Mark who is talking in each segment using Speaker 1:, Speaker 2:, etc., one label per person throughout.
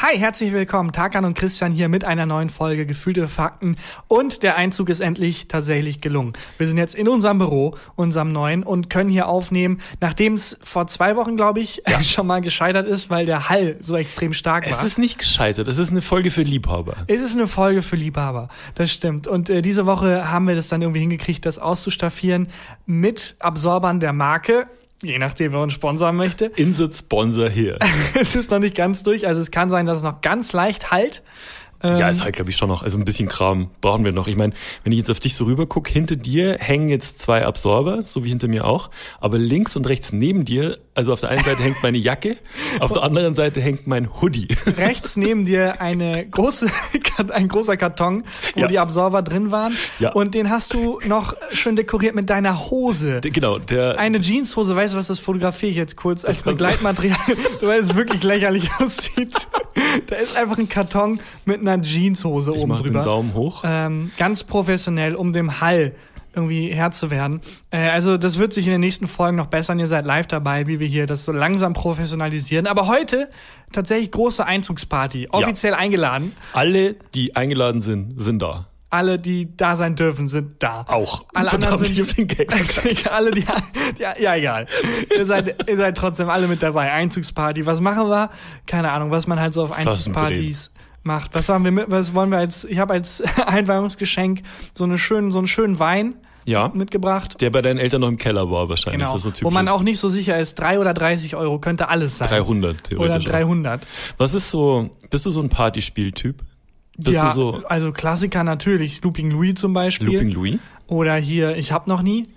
Speaker 1: Hi, herzlich willkommen. Tarkan und Christian hier mit einer neuen Folge Gefühlte Fakten. Und der Einzug ist endlich tatsächlich gelungen. Wir sind jetzt in unserem Büro, unserem neuen, und können hier aufnehmen, nachdem es vor zwei Wochen, glaube ich, schon mal gescheitert ist, weil der Hall so extrem stark war.
Speaker 2: Es ist nicht gescheitert, es ist eine Folge für Liebhaber.
Speaker 1: Es ist eine Folge für Liebhaber, das stimmt. Und äh, diese Woche haben wir das dann irgendwie hingekriegt, das auszustaffieren mit Absorbern der Marke, je nachdem, wer uns sponsern möchte.
Speaker 2: Insert Sponsor hier.
Speaker 1: es ist noch nicht ganz durch, also es kann sein, dass es noch ganz leicht halt.
Speaker 2: ja, ist halt, glaube ich, schon noch. Also ein bisschen Kram brauchen wir noch. Ich meine, wenn ich jetzt auf dich so rüber gucke, hinter dir hängen jetzt zwei Absorber, so wie hinter mir auch. Aber links und rechts neben dir, also auf der einen Seite hängt meine Jacke, auf der anderen Seite hängt mein Hoodie.
Speaker 1: Rechts neben dir eine große, ein großer Karton, wo
Speaker 2: Ja.
Speaker 1: die Absorber drin waren.
Speaker 2: Ja.
Speaker 1: Und den hast du noch schön dekoriert mit deiner Hose.
Speaker 2: D- Genau, der.
Speaker 1: Eine Jeanshose, weißt du was, das fotografiere ich jetzt kurz als
Speaker 2: war so-
Speaker 1: Begleitmaterial, weil es wirklich lächerlich aussieht. Da ist einfach ein Karton mit einer Jeanshose
Speaker 2: ich
Speaker 1: oben
Speaker 2: mach den
Speaker 1: drüber.
Speaker 2: Daumen hoch.
Speaker 1: Ähm, ganz professionell, um dem Hall irgendwie Herr zu werden. Äh, also das wird sich in den nächsten Folgen noch bessern. Ihr seid live dabei, wie wir hier das so langsam professionalisieren. Aber heute tatsächlich große Einzugsparty. Offiziell eingeladen.
Speaker 2: Alle, die eingeladen sind, sind da.
Speaker 1: Alle, die da sein dürfen, sind da.
Speaker 2: Auch.
Speaker 1: Alle anderen
Speaker 2: Verdammt,
Speaker 1: sind Also,
Speaker 2: ich hab den Gag
Speaker 1: alle die, ja, ja egal. ihr, seid, ihr seid trotzdem alle mit dabei. Einzugsparty. Was machen wir? Keine Ahnung, was man halt so auf Einzugspartys macht. Was haben wir mit? Was wollen wir als? Ich habe als Einweihungsgeschenk so eine schönen, so einen schönen Wein
Speaker 2: Ja.
Speaker 1: mitgebracht.
Speaker 2: Der bei deinen Eltern noch im Keller war wahrscheinlich.
Speaker 1: Genau.
Speaker 2: Das ist so
Speaker 1: Wo man
Speaker 2: typisches
Speaker 1: auch nicht so sicher ist. Drei oder 30 Euro könnte alles sein.
Speaker 2: 300
Speaker 1: oder
Speaker 2: theoretisch. auch.
Speaker 1: 300.
Speaker 2: Was ist so, bist du so ein Partyspieltyp? Bist
Speaker 1: ja,
Speaker 2: du so
Speaker 1: also Klassiker natürlich. Looping Louis zum Beispiel.
Speaker 2: Looping Louis?
Speaker 1: Oder hier, ich hab noch nie.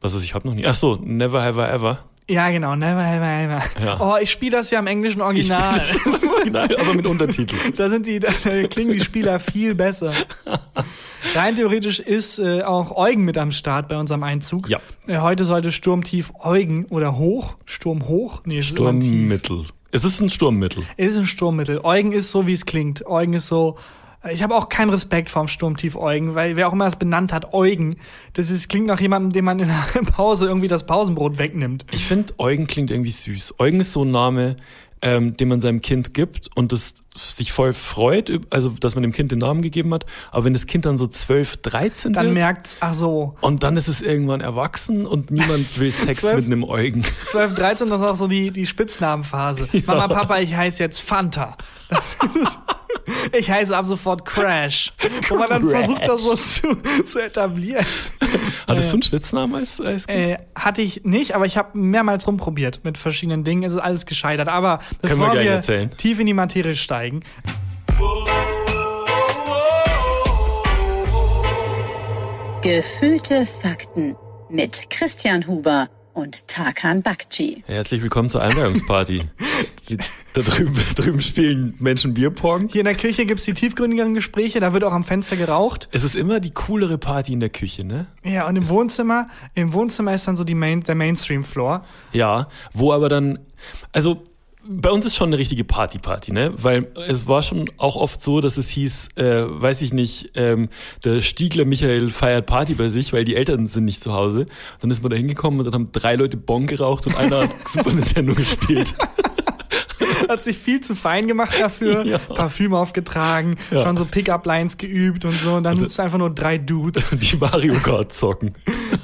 Speaker 2: Was ist, ich hab noch nie. Ach so, Never Have I Ever.
Speaker 1: Ja, genau. Never, never, never.
Speaker 2: Ja.
Speaker 1: Oh, ich spiele das ja im englischen Original.
Speaker 2: Original, aber mit Untertiteln.
Speaker 1: Da sind die, da, da klingen die Spieler viel besser. Rein theoretisch ist äh, auch Eugen mit am Start bei unserem Einzug.
Speaker 2: Ja.
Speaker 1: Äh, heute sollte Sturmtief Eugen oder hoch, Sturm hoch. Nee, es ist immer ein Tief.
Speaker 2: Sturmmittel. Es ist ein Sturmmittel.
Speaker 1: Es Ist ein Sturmmittel. Eugen ist so, wie es klingt. Eugen ist so. äh, Ich habe auch keinen Respekt vorm Sturmtief Eugen, weil wer auch immer es benannt hat, Eugen, das ist, klingt nach jemandem, dem man in der Pause irgendwie das Pausenbrot wegnimmt.
Speaker 2: Ich finde, Eugen klingt irgendwie süß. Eugen ist so ein Name, ähm, den man seinem Kind gibt und das sich voll freut, üb- also dass man dem Kind den Namen gegeben hat. Aber wenn das Kind dann so 12, 13
Speaker 1: Dann
Speaker 2: wird
Speaker 1: merkt's, ach so,
Speaker 2: und dann ist es irgendwann erwachsen und niemand will Sex
Speaker 1: 12.
Speaker 2: mit einem Eugen.
Speaker 1: 12, 13, das ist auch so die, die Spitznamenphase. Mama, Papa, ich heiße jetzt Fanta. Das ist, ich heiße ab sofort Crash. Wo man dann
Speaker 2: Crash.
Speaker 1: versucht, das so zu, zu etablieren.
Speaker 2: Hattest du einen Spitznamen als, als Kind?
Speaker 1: Äh, hatte ich nicht, aber ich habe mehrmals rumprobiert mit verschiedenen Dingen. Es ist alles gescheitert. Aber
Speaker 2: wir
Speaker 1: bevor
Speaker 2: gleich
Speaker 1: wir
Speaker 2: erzählen.
Speaker 1: tief in die Materie steigen,
Speaker 3: Gefühlte Fakten mit Christian Huber und Tarkan Bakci.
Speaker 2: Herzlich willkommen zur Einweihungsparty. Die- da, drüben, da drüben spielen Menschen Bierpong.
Speaker 1: hier in der Küche gibt's die tiefgründigeren Gespräche. Da wird auch am Fenster geraucht.
Speaker 2: Es ist immer die coolere Party in der Küche, ne?
Speaker 1: Ja, und im Wohnzimmer, im Wohnzimmer ist dann so die Main, der Mainstream-Floor.
Speaker 2: Ja, wo aber dann, also bei uns ist schon eine richtige Party-Party, ne? Weil es war schon auch oft so, dass es hieß, äh, weiß ich nicht, ähm, der Stiegler Michael feiert Party bei sich, weil die Eltern sind nicht zu Hause. Dann ist man da hingekommen und dann haben drei Leute Bon geraucht und einer hat Super Nintendo gespielt.
Speaker 1: hat sich viel zu fein gemacht dafür,
Speaker 2: Ja.
Speaker 1: Parfüm aufgetragen,
Speaker 2: Ja. Also
Speaker 1: schon so Pickup-Lines geübt und so. Und dann sitzt einfach nur drei Dudes.
Speaker 2: Und die Mario Kart zocken.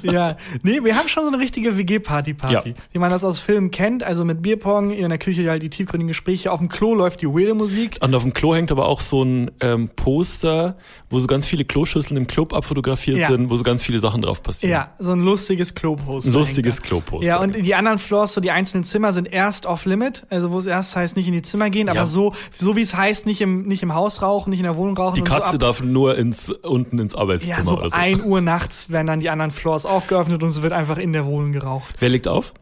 Speaker 1: ja. Nee, wir haben schon so eine richtige WG-Party-Party,
Speaker 2: Ja.
Speaker 1: wie man das aus Filmen kennt. Also mit Bierpong, in der Küche halt die tiefgründigen Gespräche. Auf dem Klo läuft die weirde Musik.
Speaker 2: Und auf dem Klo hängt aber auch so ein ähm, Poster, wo so ganz viele Kloschüsseln im Club abfotografiert
Speaker 1: Ja.
Speaker 2: sind, wo so ganz viele Sachen drauf passieren.
Speaker 1: Ja, so ein lustiges Kloposter.
Speaker 2: Ein lustiges
Speaker 1: hängt da.
Speaker 2: Kloposter, genau.
Speaker 1: Ja, und die anderen Floors, so die einzelnen Zimmer sind erst off-limit, also wo es erst heißt, nicht in die Zimmer gehen, aber
Speaker 2: Ja.
Speaker 1: so, so wie es heißt, nicht im, nicht im Haus rauchen, nicht in der Wohnung rauchen.
Speaker 2: Die
Speaker 1: und so
Speaker 2: Katze
Speaker 1: ab-
Speaker 2: darf nur ins unten ins Arbeitszimmer
Speaker 1: Ja, so
Speaker 2: oder so.
Speaker 1: 1 Uhr nachts werden dann die anderen Floors auch geöffnet und es wird einfach in der Wohnung geraucht.
Speaker 2: Wer legt auf?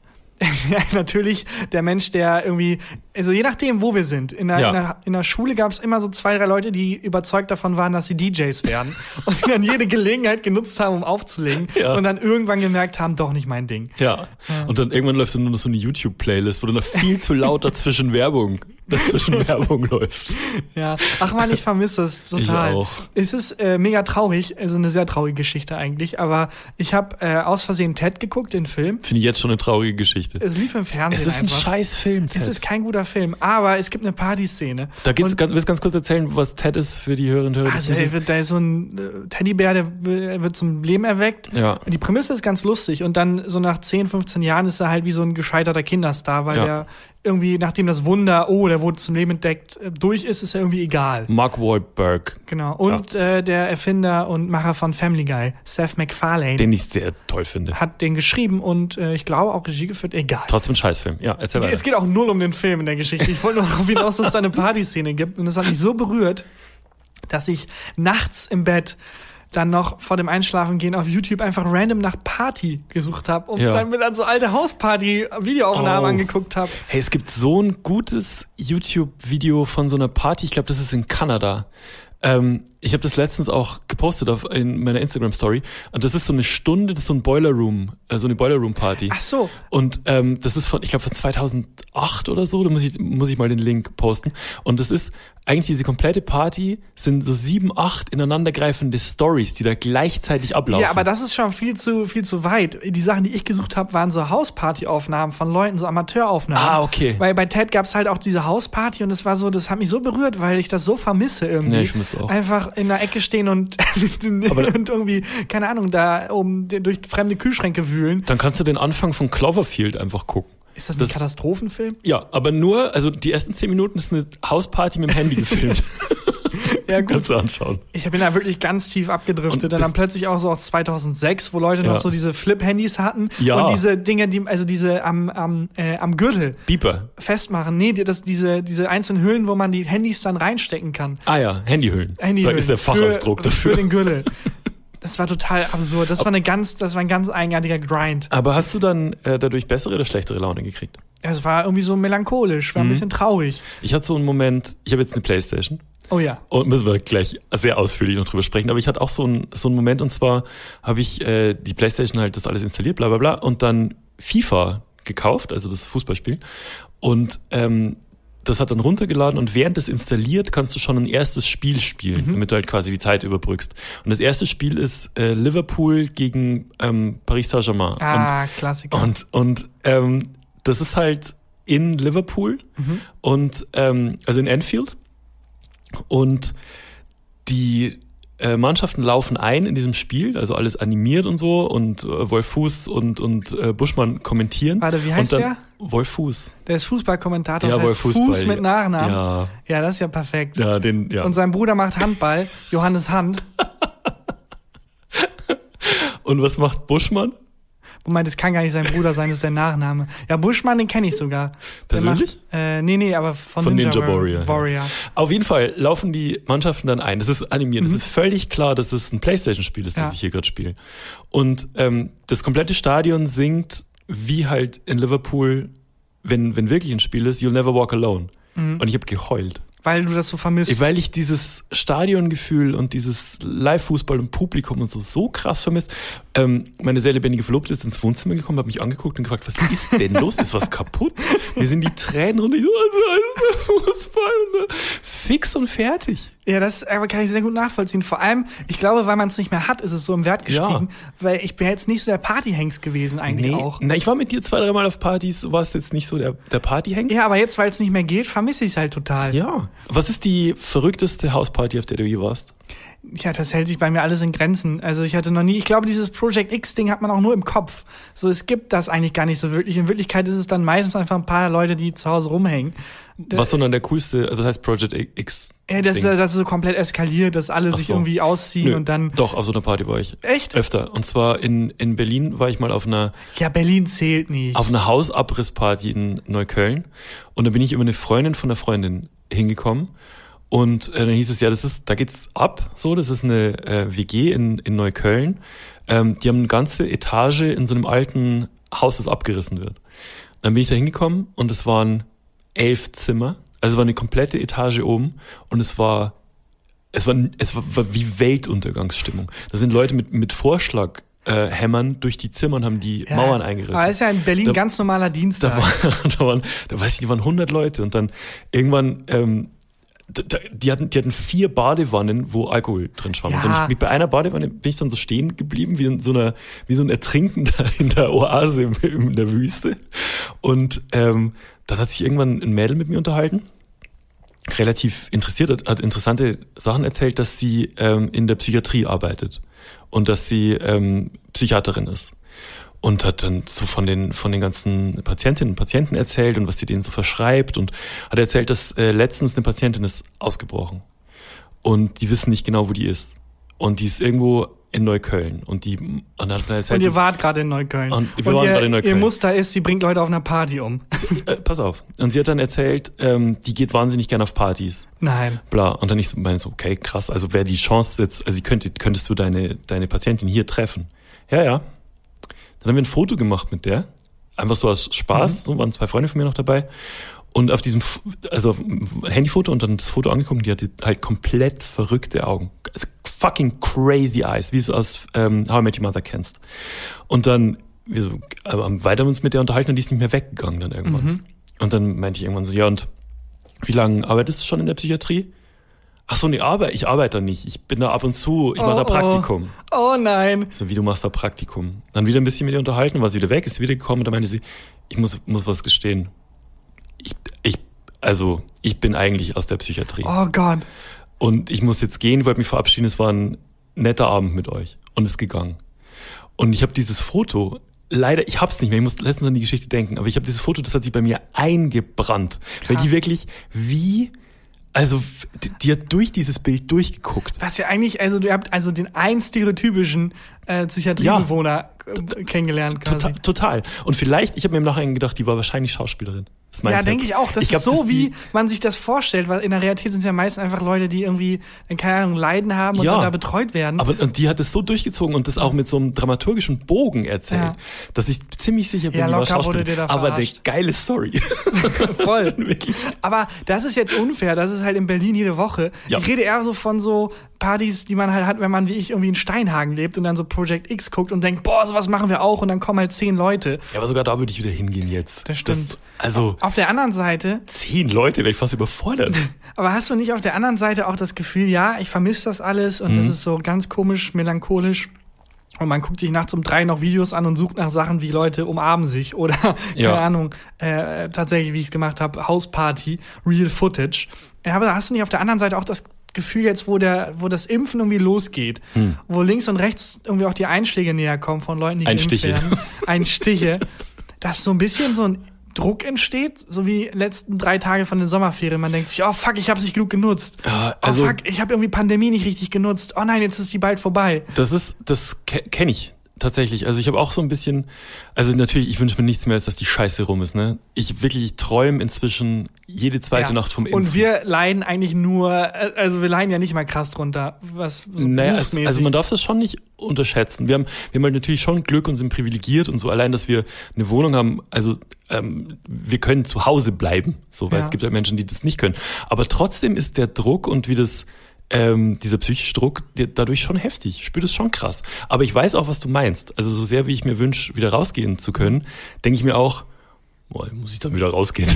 Speaker 1: ja, natürlich der Mensch, der irgendwie, also je nachdem, wo wir sind. In der,
Speaker 2: Ja.
Speaker 1: in der, in der Schule gab es immer so zwei, drei Leute, die überzeugt davon waren, dass sie DJs werden und die dann jede Gelegenheit genutzt haben, um aufzulegen
Speaker 2: Ja.
Speaker 1: und dann irgendwann gemerkt haben, doch nicht mein Ding.
Speaker 2: Ja. Und dann irgendwann läuft dann nur noch so eine YouTube-Playlist, wo dann noch viel zu laut dazwischen Werbung dazwischen Werbung läuft.
Speaker 1: Ja, ach man, ich vermisse es total.
Speaker 2: Ich auch.
Speaker 1: Es ist äh, mega traurig, also eine sehr traurige Geschichte eigentlich, aber ich habe äh, aus Versehen Ted geguckt, den Film.
Speaker 2: Finde ich jetzt schon eine traurige Geschichte.
Speaker 1: Es lief im Fernsehen
Speaker 2: Es ist ein
Speaker 1: einfach.
Speaker 2: scheiß Film, Ted.
Speaker 1: es ist kein guter Film, aber es gibt eine Partyszene.
Speaker 2: da geht's,
Speaker 1: Und-
Speaker 2: ganz, willst du ganz kurz erzählen, was Ted ist für die Hörerinnen und Hörer? des
Speaker 1: Also, er
Speaker 2: Internets?
Speaker 1: wird, da ist so ein äh, Teddybär, der w- er wird zum Leben erweckt.
Speaker 2: Ja.
Speaker 1: Die Prämisse ist ganz lustig und dann so nach 10, 15 Jahren ist er halt wie so ein gescheiterter Kinderstar, weil
Speaker 2: Ja.
Speaker 1: der irgendwie, nachdem das Wunder, oh, der wurde zum Leben entdeckt, äh, durch ist, ist er irgendwie egal.
Speaker 2: Mark Wahlberg,
Speaker 1: Genau. Und äh, der Erfinder und Macher von Family Guy, Seth MacFarlane,
Speaker 2: den ich sehr toll finde.
Speaker 1: hat den geschrieben und äh, ich glaube auch Regie geführt, egal.
Speaker 2: Trotzdem ein Scheißfilm. Ja, erzähl
Speaker 1: Es
Speaker 2: weiter.
Speaker 1: geht auch null um den Film in der Geschichte. Ich wollte nur darauf hinaus, dass es da eine Partyszene gibt. Und das hat mich so berührt, dass ich nachts im Bett dann noch vor dem Einschlafengehen auf YouTube einfach random nach Party gesucht habe und
Speaker 2: Ja.
Speaker 1: dann mir dann so alte Hausparty-Videoaufnahmen
Speaker 2: Oh.
Speaker 1: angeguckt habe.
Speaker 2: Hey, es gibt so ein gutes YouTube-Video von so einer Party. Ich glaube, das ist in Kanada. Ähm, ich habe das letztens auch gepostet auf in meiner Instagram-Story. Und das ist so eine Stunde, das ist so ein Boiler Room, äh, so eine Boiler Room-Party.
Speaker 1: Ach so.
Speaker 2: Und ähm, das ist von, ich glaube, von 2008 oder so. Da muss ich, muss ich mal den Link posten. Und das ist eigentlich diese komplette Party sind so sieben, acht ineinandergreifende Stories, die da gleichzeitig ablaufen.
Speaker 1: Ja, aber das ist schon viel zu viel zu weit. Die Sachen, die ich gesucht habe, waren so Hausparty-Aufnahmen von Leuten, so Amateuraufnahmen.
Speaker 2: Ah, okay.
Speaker 1: Weil bei Ted gab's halt auch diese Hausparty und das war so, das hat mich so berührt, weil ich das so vermisse irgendwie.
Speaker 2: Ja, ich vermisse auch.
Speaker 1: Einfach in der Ecke stehen und,
Speaker 2: Aber-
Speaker 1: und irgendwie, keine Ahnung, da um durch fremde Kühlschränke wühlen.
Speaker 2: Dann kannst du den Anfang von Cloverfield einfach gucken.
Speaker 1: Ist das ein Katastrophenfilm?
Speaker 2: Ja, aber nur, also die ersten zehn Minuten ist eine Hausparty mit dem Handy gefilmt.
Speaker 1: Ja, gut.
Speaker 2: Kannst du anschauen.
Speaker 1: Ich bin da wirklich ganz tief abgedriftet
Speaker 2: Und
Speaker 1: und dann
Speaker 2: das-
Speaker 1: plötzlich auch so auf 2006, wo Leute noch
Speaker 2: Ja.
Speaker 1: so diese Flip-Handys hatten
Speaker 2: Ja.
Speaker 1: und diese Dinge, die also diese am am äh, am Gürtel
Speaker 2: Beeper.
Speaker 1: festmachen. Nee, die- das, diese, diese einzelnen Hüllen, wo man die Handys dann reinstecken kann.
Speaker 2: Ah ja, Handyhüllen.
Speaker 1: Handyhüllen.
Speaker 2: Da ist der Fachausdruck
Speaker 1: für,
Speaker 2: dafür.
Speaker 1: Für den Gürtel. Das war total absurd. Das war, eine ganz, das war ein ganz eigenartiger Grind.
Speaker 2: aber hast du dann äh, dadurch bessere oder schlechtere Laune gekriegt?
Speaker 1: Es war irgendwie so melancholisch,
Speaker 2: Mhm.
Speaker 1: war ein bisschen traurig.
Speaker 2: Ich hatte so einen Moment, ich habe jetzt eine Playstation
Speaker 1: Oh ja.
Speaker 2: und müssen wir gleich sehr ausführlich noch drüber sprechen, aber ich hatte auch so einen, so einen Moment und zwar habe ich äh, die Playstation halt das alles installiert, bla bla bla und dann FIFA gekauft, also das Fußballspiel und ähm, das hat dann runtergeladen und während es installiert, kannst du schon ein erstes Spiel spielen, damit du halt quasi die Zeit überbrückst. Und das erste Spiel ist äh, Liverpool gegen ähm, Paris Saint-Germain. Und
Speaker 1: Ah, Klassiker.
Speaker 2: und, und ähm, das ist halt in Liverpool
Speaker 1: Mhm.
Speaker 2: und ähm, also in Anfield. Und die äh, Mannschaften laufen ein in diesem Spiel, also alles animiert und so, und äh, Wolf Fuß und, und äh, Buschmann kommentieren.
Speaker 1: Warte, wie heißt
Speaker 2: und
Speaker 1: der?
Speaker 2: Wolf Fuß.
Speaker 1: Der ist Fußballkommentator
Speaker 2: Ja,
Speaker 1: und
Speaker 2: Wolf
Speaker 1: heißt
Speaker 2: Fußball.
Speaker 1: Fuß mit Nachnamen. Ja,
Speaker 2: Ja,
Speaker 1: das ist ja perfekt.
Speaker 2: ja den, ja.
Speaker 1: Und sein Bruder macht Handball, Johannes Hand.
Speaker 2: und was macht Buschmann?
Speaker 1: Moment, das kann gar nicht sein Bruder sein, das ist der Nachname. Ja, Buschmann, den kenne ich sogar. Der
Speaker 2: Persönlich?
Speaker 1: Macht, äh, nee, nee, aber von,
Speaker 2: Von
Speaker 1: Ninja,
Speaker 2: Ninja Warrior,
Speaker 1: Warrior.
Speaker 2: ja. Auf jeden Fall laufen die Mannschaften dann ein. Das ist animiert. Es ist völlig klar, dass es ein Playstation-Spiel ist,
Speaker 1: Ja.
Speaker 2: das ich hier gerade spiele. Und ähm, das komplette Stadion singt, wie halt in Liverpool, wenn, wenn wirklich ein Spiel ist, You'll Never Walk Alone. Und ich habe geheult.
Speaker 1: Weil du das so vermisst.
Speaker 2: Ich- Weil ich dieses Stadiongefühl und dieses Live-Fußball und Publikum und so so krass vermisst. Ähm, meine sehr lebendige Verlobte ist ins Wohnzimmer gekommen, hat mich angeguckt und gefragt, was ist denn los? Ist was kaputt? Mir sind die Tränen runter. Ich so, also, also, Fußball. Und so. Fix und fertig.
Speaker 1: Ja, das aber kann ich sehr gut nachvollziehen. Vor allem, ich glaube, weil man es nicht mehr hat, ist es so im Wert gestiegen. Weil ich bin jetzt nicht so der Partyhengst gewesen eigentlich auch.
Speaker 2: Na, ich war mit dir zwei, dreimal auf Partys. Du warst jetzt nicht so der, der Partyhengst.
Speaker 1: Ja, aber jetzt, weil es nicht mehr geht, vermisse ich es halt total. Ja.
Speaker 2: Ja. Was ist die verrückteste Hausparty, auf der du je warst?
Speaker 1: das hält sich bei mir alles in Grenzen. Also ich hatte noch nie, ich glaube, dieses Project X-Ding hat man auch nur im Kopf. So, es gibt das eigentlich gar nicht so wirklich. In Wirklichkeit ist es dann meistens einfach ein paar Leute, die zu Hause rumhängen.
Speaker 2: Was sondern der coolste, was heißt Project X?
Speaker 1: Ja, das,
Speaker 2: Ding?
Speaker 1: äh, das ist so komplett eskaliert, dass alle
Speaker 2: Ach
Speaker 1: sich
Speaker 2: so.
Speaker 1: irgendwie ausziehen
Speaker 2: Nö, Äh.
Speaker 1: und dann.
Speaker 2: Doch, auf so einer Party war ich.
Speaker 1: Echt?
Speaker 2: Öfter. Und zwar in, in Berlin war ich mal auf einer,
Speaker 1: Ja, Berlin zählt nicht.
Speaker 2: auf einer Hausabrissparty in Neukölln. Und da bin ich über eine Freundin von einer Freundin hingekommen. Und äh, dann hieß es, ja, das ist, da geht's ab, so, das ist eine äh, WG in, in Neukölln. Ähm, die haben eine ganze Etage in so einem alten Haus, das abgerissen wird. Dann bin ich da hingekommen und es waren elf Zimmer. Also es war eine komplette Etage oben und es war es war, es war, war wie Weltuntergangsstimmung. Da sind Leute mit, mit Vorschlag äh, Hämmern durch die Zimmer und haben die
Speaker 1: Ja.
Speaker 2: Mauern eingerissen.
Speaker 1: Aber ist ja in Berlin
Speaker 2: Da-
Speaker 1: ganz normaler Dienstag.
Speaker 2: Da, waren, da, waren, da weiß ich, nicht, da waren 100 Leute und dann irgendwann, ähm, da, da, die, hatten, die hatten vier Badewannen, wo Alkohol drin schwamm.
Speaker 1: Ja.
Speaker 2: Und dann bin ich bei einer Badewanne bin ich dann so stehen geblieben, wie, in so, einer, wie so ein Ertrinken da in der Oase im- in der Wüste. Und ähm, dann hat sich irgendwann ein Mädel mit mir unterhalten relativ interessiert, hat, hat interessante Sachen erzählt, dass sie ähm, in der Psychiatrie arbeitet und dass sie ähm, Psychiaterin ist. Und hat dann so von den, von den ganzen Patientinnen und Patienten erzählt und was sie denen so verschreibt und hat erzählt, dass äh, letztens eine Patientin ist ausgebrochen und die wissen nicht genau, wo die ist. Und die ist irgendwo in Neukölln und die und dann hat er erzählt,
Speaker 1: und
Speaker 2: sie-
Speaker 1: ihr wart gerade in Neukölln.
Speaker 2: Und wir waren
Speaker 1: ihr,
Speaker 2: gerade in Neukölln.
Speaker 1: Ihr Muster ist, sie bringt Leute auf einer Party um.
Speaker 2: äh, pass auf. Und sie hat dann erzählt, ähm, die geht wahnsinnig gerne auf Partys.
Speaker 1: Nein.
Speaker 2: bla. Und dann ich so, meine so, okay, krass, also wäre die Chance jetzt, also sie könnte, könntest du deine, deine Patientin hier treffen. Ja, ja. Dann haben wir ein Foto gemacht mit der. Einfach so aus Spaß,
Speaker 1: Mhm.
Speaker 2: so waren zwei Freunde von mir noch dabei. Und auf diesem, F- also auf dem Handyfoto und dann das Foto angeguckt, und die hatte halt komplett verrückte Augen. Also fucking crazy eyes, wie du es aus ähm, How I Met Your Mother kennst. Und dann, wir so, äh, haben weiter uns mit der unterhalten und die ist nicht mehr weggegangen dann irgendwann.
Speaker 1: Mhm.
Speaker 2: Und dann meinte ich irgendwann so, ja, und wie lange arbeitest du schon in der Psychiatrie? Ach so, nee, aber ich arbeite da nicht. Ich bin da ab und zu, ich mache da
Speaker 1: Oh, oh.
Speaker 2: Praktikum.
Speaker 1: Oh nein.
Speaker 2: Ich so, wie du machst da Praktikum. Dann wieder ein bisschen mit ihr unterhalten, war sie wieder weg, ist wieder gekommen und dann meinte sie, ich muss, muss was gestehen. Ich, ich, also, ich bin eigentlich aus der Psychiatrie.
Speaker 1: Oh Gott.
Speaker 2: Und ich muss jetzt gehen, wollte mich verabschieden. Es war ein netter Abend mit euch und ist gegangen. Und ich habe dieses Foto, leider, ich hab's nicht mehr, ich muss letztens an die Geschichte denken, aber ich habe dieses Foto, das hat sich bei mir eingebrannt. Weil die wirklich wie, also die, die hat durch dieses Bild durchgeguckt.
Speaker 1: Was ja eigentlich, also du habt also den einen stereotypischen äh, Psychiatriebewohner äh, kennengelernt quasi.
Speaker 2: Total, total. Und vielleicht, ich habe mir im Nachhinein gedacht, die war wahrscheinlich Schauspielerin. Das ist mein
Speaker 1: Ja,
Speaker 2: Tipp.
Speaker 1: denke ich auch. Das
Speaker 2: glaub,
Speaker 1: ist so,
Speaker 2: dass
Speaker 1: wie
Speaker 2: die-
Speaker 1: man sich das vorstellt, weil in der Realität sind es ja meistens einfach Leute, die irgendwie, äh, keine Ahnung, Leiden haben und
Speaker 2: Ja.
Speaker 1: dann da betreut werden.
Speaker 2: Aber und die hat es so durchgezogen und das auch mit so einem dramaturgischen Bogen erzählt,
Speaker 1: Ja.
Speaker 2: dass ich ziemlich sicher bin,
Speaker 1: Ja,
Speaker 2: die war
Speaker 1: locker wurde
Speaker 2: Schauspielerin.
Speaker 1: dir da
Speaker 2: Aber eine
Speaker 1: verarscht.
Speaker 2: geile Story.
Speaker 1: Voll.
Speaker 2: Wirklich.
Speaker 1: Aber das ist jetzt unfair, das ist halt in Berlin jede Woche.
Speaker 2: Ja.
Speaker 1: Ich rede eher so von so Partys, die man halt hat, wenn man wie ich irgendwie in Steinhagen lebt und dann so Project X guckt und denkt, boah, sowas machen wir auch und dann kommen halt zehn Leute.
Speaker 2: Ja, aber sogar da würde ich wieder hingehen jetzt.
Speaker 1: Das stimmt.
Speaker 2: also
Speaker 1: Auf der anderen Seite,
Speaker 2: zehn Leute wäre ich fast überfordert.
Speaker 1: aber hast du nicht auf der anderen Seite auch das Gefühl, ja, ich vermisse das alles und das ist so ganz komisch, melancholisch. Und man guckt sich nachts um drei noch Videos an und sucht nach Sachen wie Leute umarmen sich oder, keine
Speaker 2: Ja.
Speaker 1: Ahnung, äh, tatsächlich, wie ich es gemacht habe, Hausparty, Real Footage. Ja, aber hast du nicht auf der anderen Seite auch das Gefühl jetzt, wo der, wo das Impfen irgendwie losgeht, wo links und rechts irgendwie auch die Einschläge näher kommen von Leuten, die geimpft
Speaker 2: Einstiche.
Speaker 1: werden, Einstiche, dass so ein bisschen so ein Druck entsteht, so wie letzten drei Tage von den Sommerferien. Man denkt sich, oh fuck, ich habe nicht genug genutzt.
Speaker 2: Ja, also-
Speaker 1: oh fuck, ich habe irgendwie Pandemie nicht richtig genutzt. Oh nein, jetzt ist die bald vorbei.
Speaker 2: Das ist, das kenne ich tatsächlich. Also ich habe auch so ein bisschen, also natürlich, ich wünsche mir nichts mehr, als dass die Scheiße rum ist. Ne, ich wirklich ich träume inzwischen jede zweite
Speaker 1: Ja.
Speaker 2: Nacht vom Impfen.
Speaker 1: Und wir leiden eigentlich nur, äh, also wir leiden ja nicht mal krass drunter, was so
Speaker 2: naja, also,
Speaker 1: berufsmäßig.
Speaker 2: also man darf das schon nicht unterschätzen. Wir haben, wir haben halt natürlich schon Glück und sind privilegiert und so allein, dass wir eine Wohnung haben. Also ähm, wir können zu Hause bleiben, so weil
Speaker 1: Ja.
Speaker 2: es gibt halt Menschen, die das nicht können. Aber trotzdem ist der Druck und wie das ähm, dieser psychische Druck der, dadurch schon heftig. Ich spüre das schon krass. Aber ich weiß auch, was du meinst. Also so sehr wie ich mir wünsche, wieder rausgehen zu können, denke ich mir auch, boah, muss ich dann wieder rausgehen.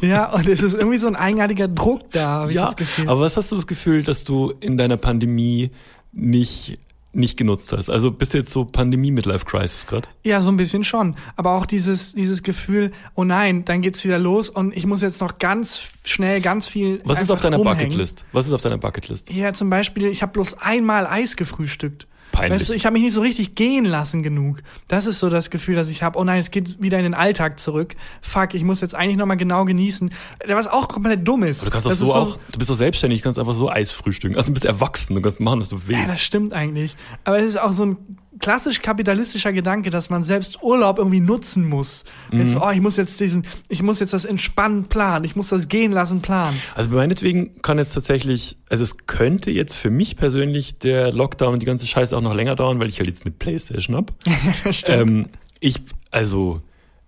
Speaker 1: ja, und es ist irgendwie so ein eigenartiger Druck da, habe ich
Speaker 2: Ja,
Speaker 1: das Gefühl.
Speaker 2: aber was hast du das Gefühl, dass du in deiner Pandemie nicht nicht genutzt hast? Also bist du jetzt so Pandemie Midlife Crisis gerade?
Speaker 1: Ja, so ein bisschen schon. Aber auch dieses, dieses Gefühl, oh nein, dann geht's wieder los und ich muss jetzt noch ganz schnell ganz viel.
Speaker 2: Was ist
Speaker 1: einfach
Speaker 2: auf deiner
Speaker 1: rumhängen.
Speaker 2: Bucketlist? Was ist auf deiner Bucketlist?
Speaker 1: Ja, zum Beispiel, ich habe bloß einmal Eis gefrühstückt.
Speaker 2: Peinlich.
Speaker 1: Weißt du, ich habe mich nicht so richtig gehen lassen genug. Das ist so das Gefühl, das ich habe. Oh nein, es geht wieder in den Alltag zurück. Fuck, ich muss jetzt eigentlich nochmal genau genießen. Was auch komplett dumm ist.
Speaker 2: Du kannst auch
Speaker 1: Das
Speaker 2: so,
Speaker 1: ist Ah,
Speaker 2: auch, du bist doch selbstständig, du kannst einfach so Eis frühstücken. Also du bist erwachsen, du kannst machen, was du
Speaker 1: Ja,
Speaker 2: willst.
Speaker 1: das stimmt eigentlich. Aber es ist auch so ein klassisch kapitalistischer Gedanke, dass man selbst Urlaub irgendwie nutzen muss.
Speaker 2: Mhm.
Speaker 1: Jetzt so, oh, ich muss jetzt diesen, ich muss jetzt das entspannen planen, ich muss das gehen lassen planen.
Speaker 2: Also meinetwegen kann jetzt tatsächlich, also es könnte jetzt für mich persönlich der Lockdown und die ganze Scheiße auch noch länger dauern, weil ich halt jetzt eine Playstation hab.
Speaker 1: stimmt.
Speaker 2: ähm, ich, also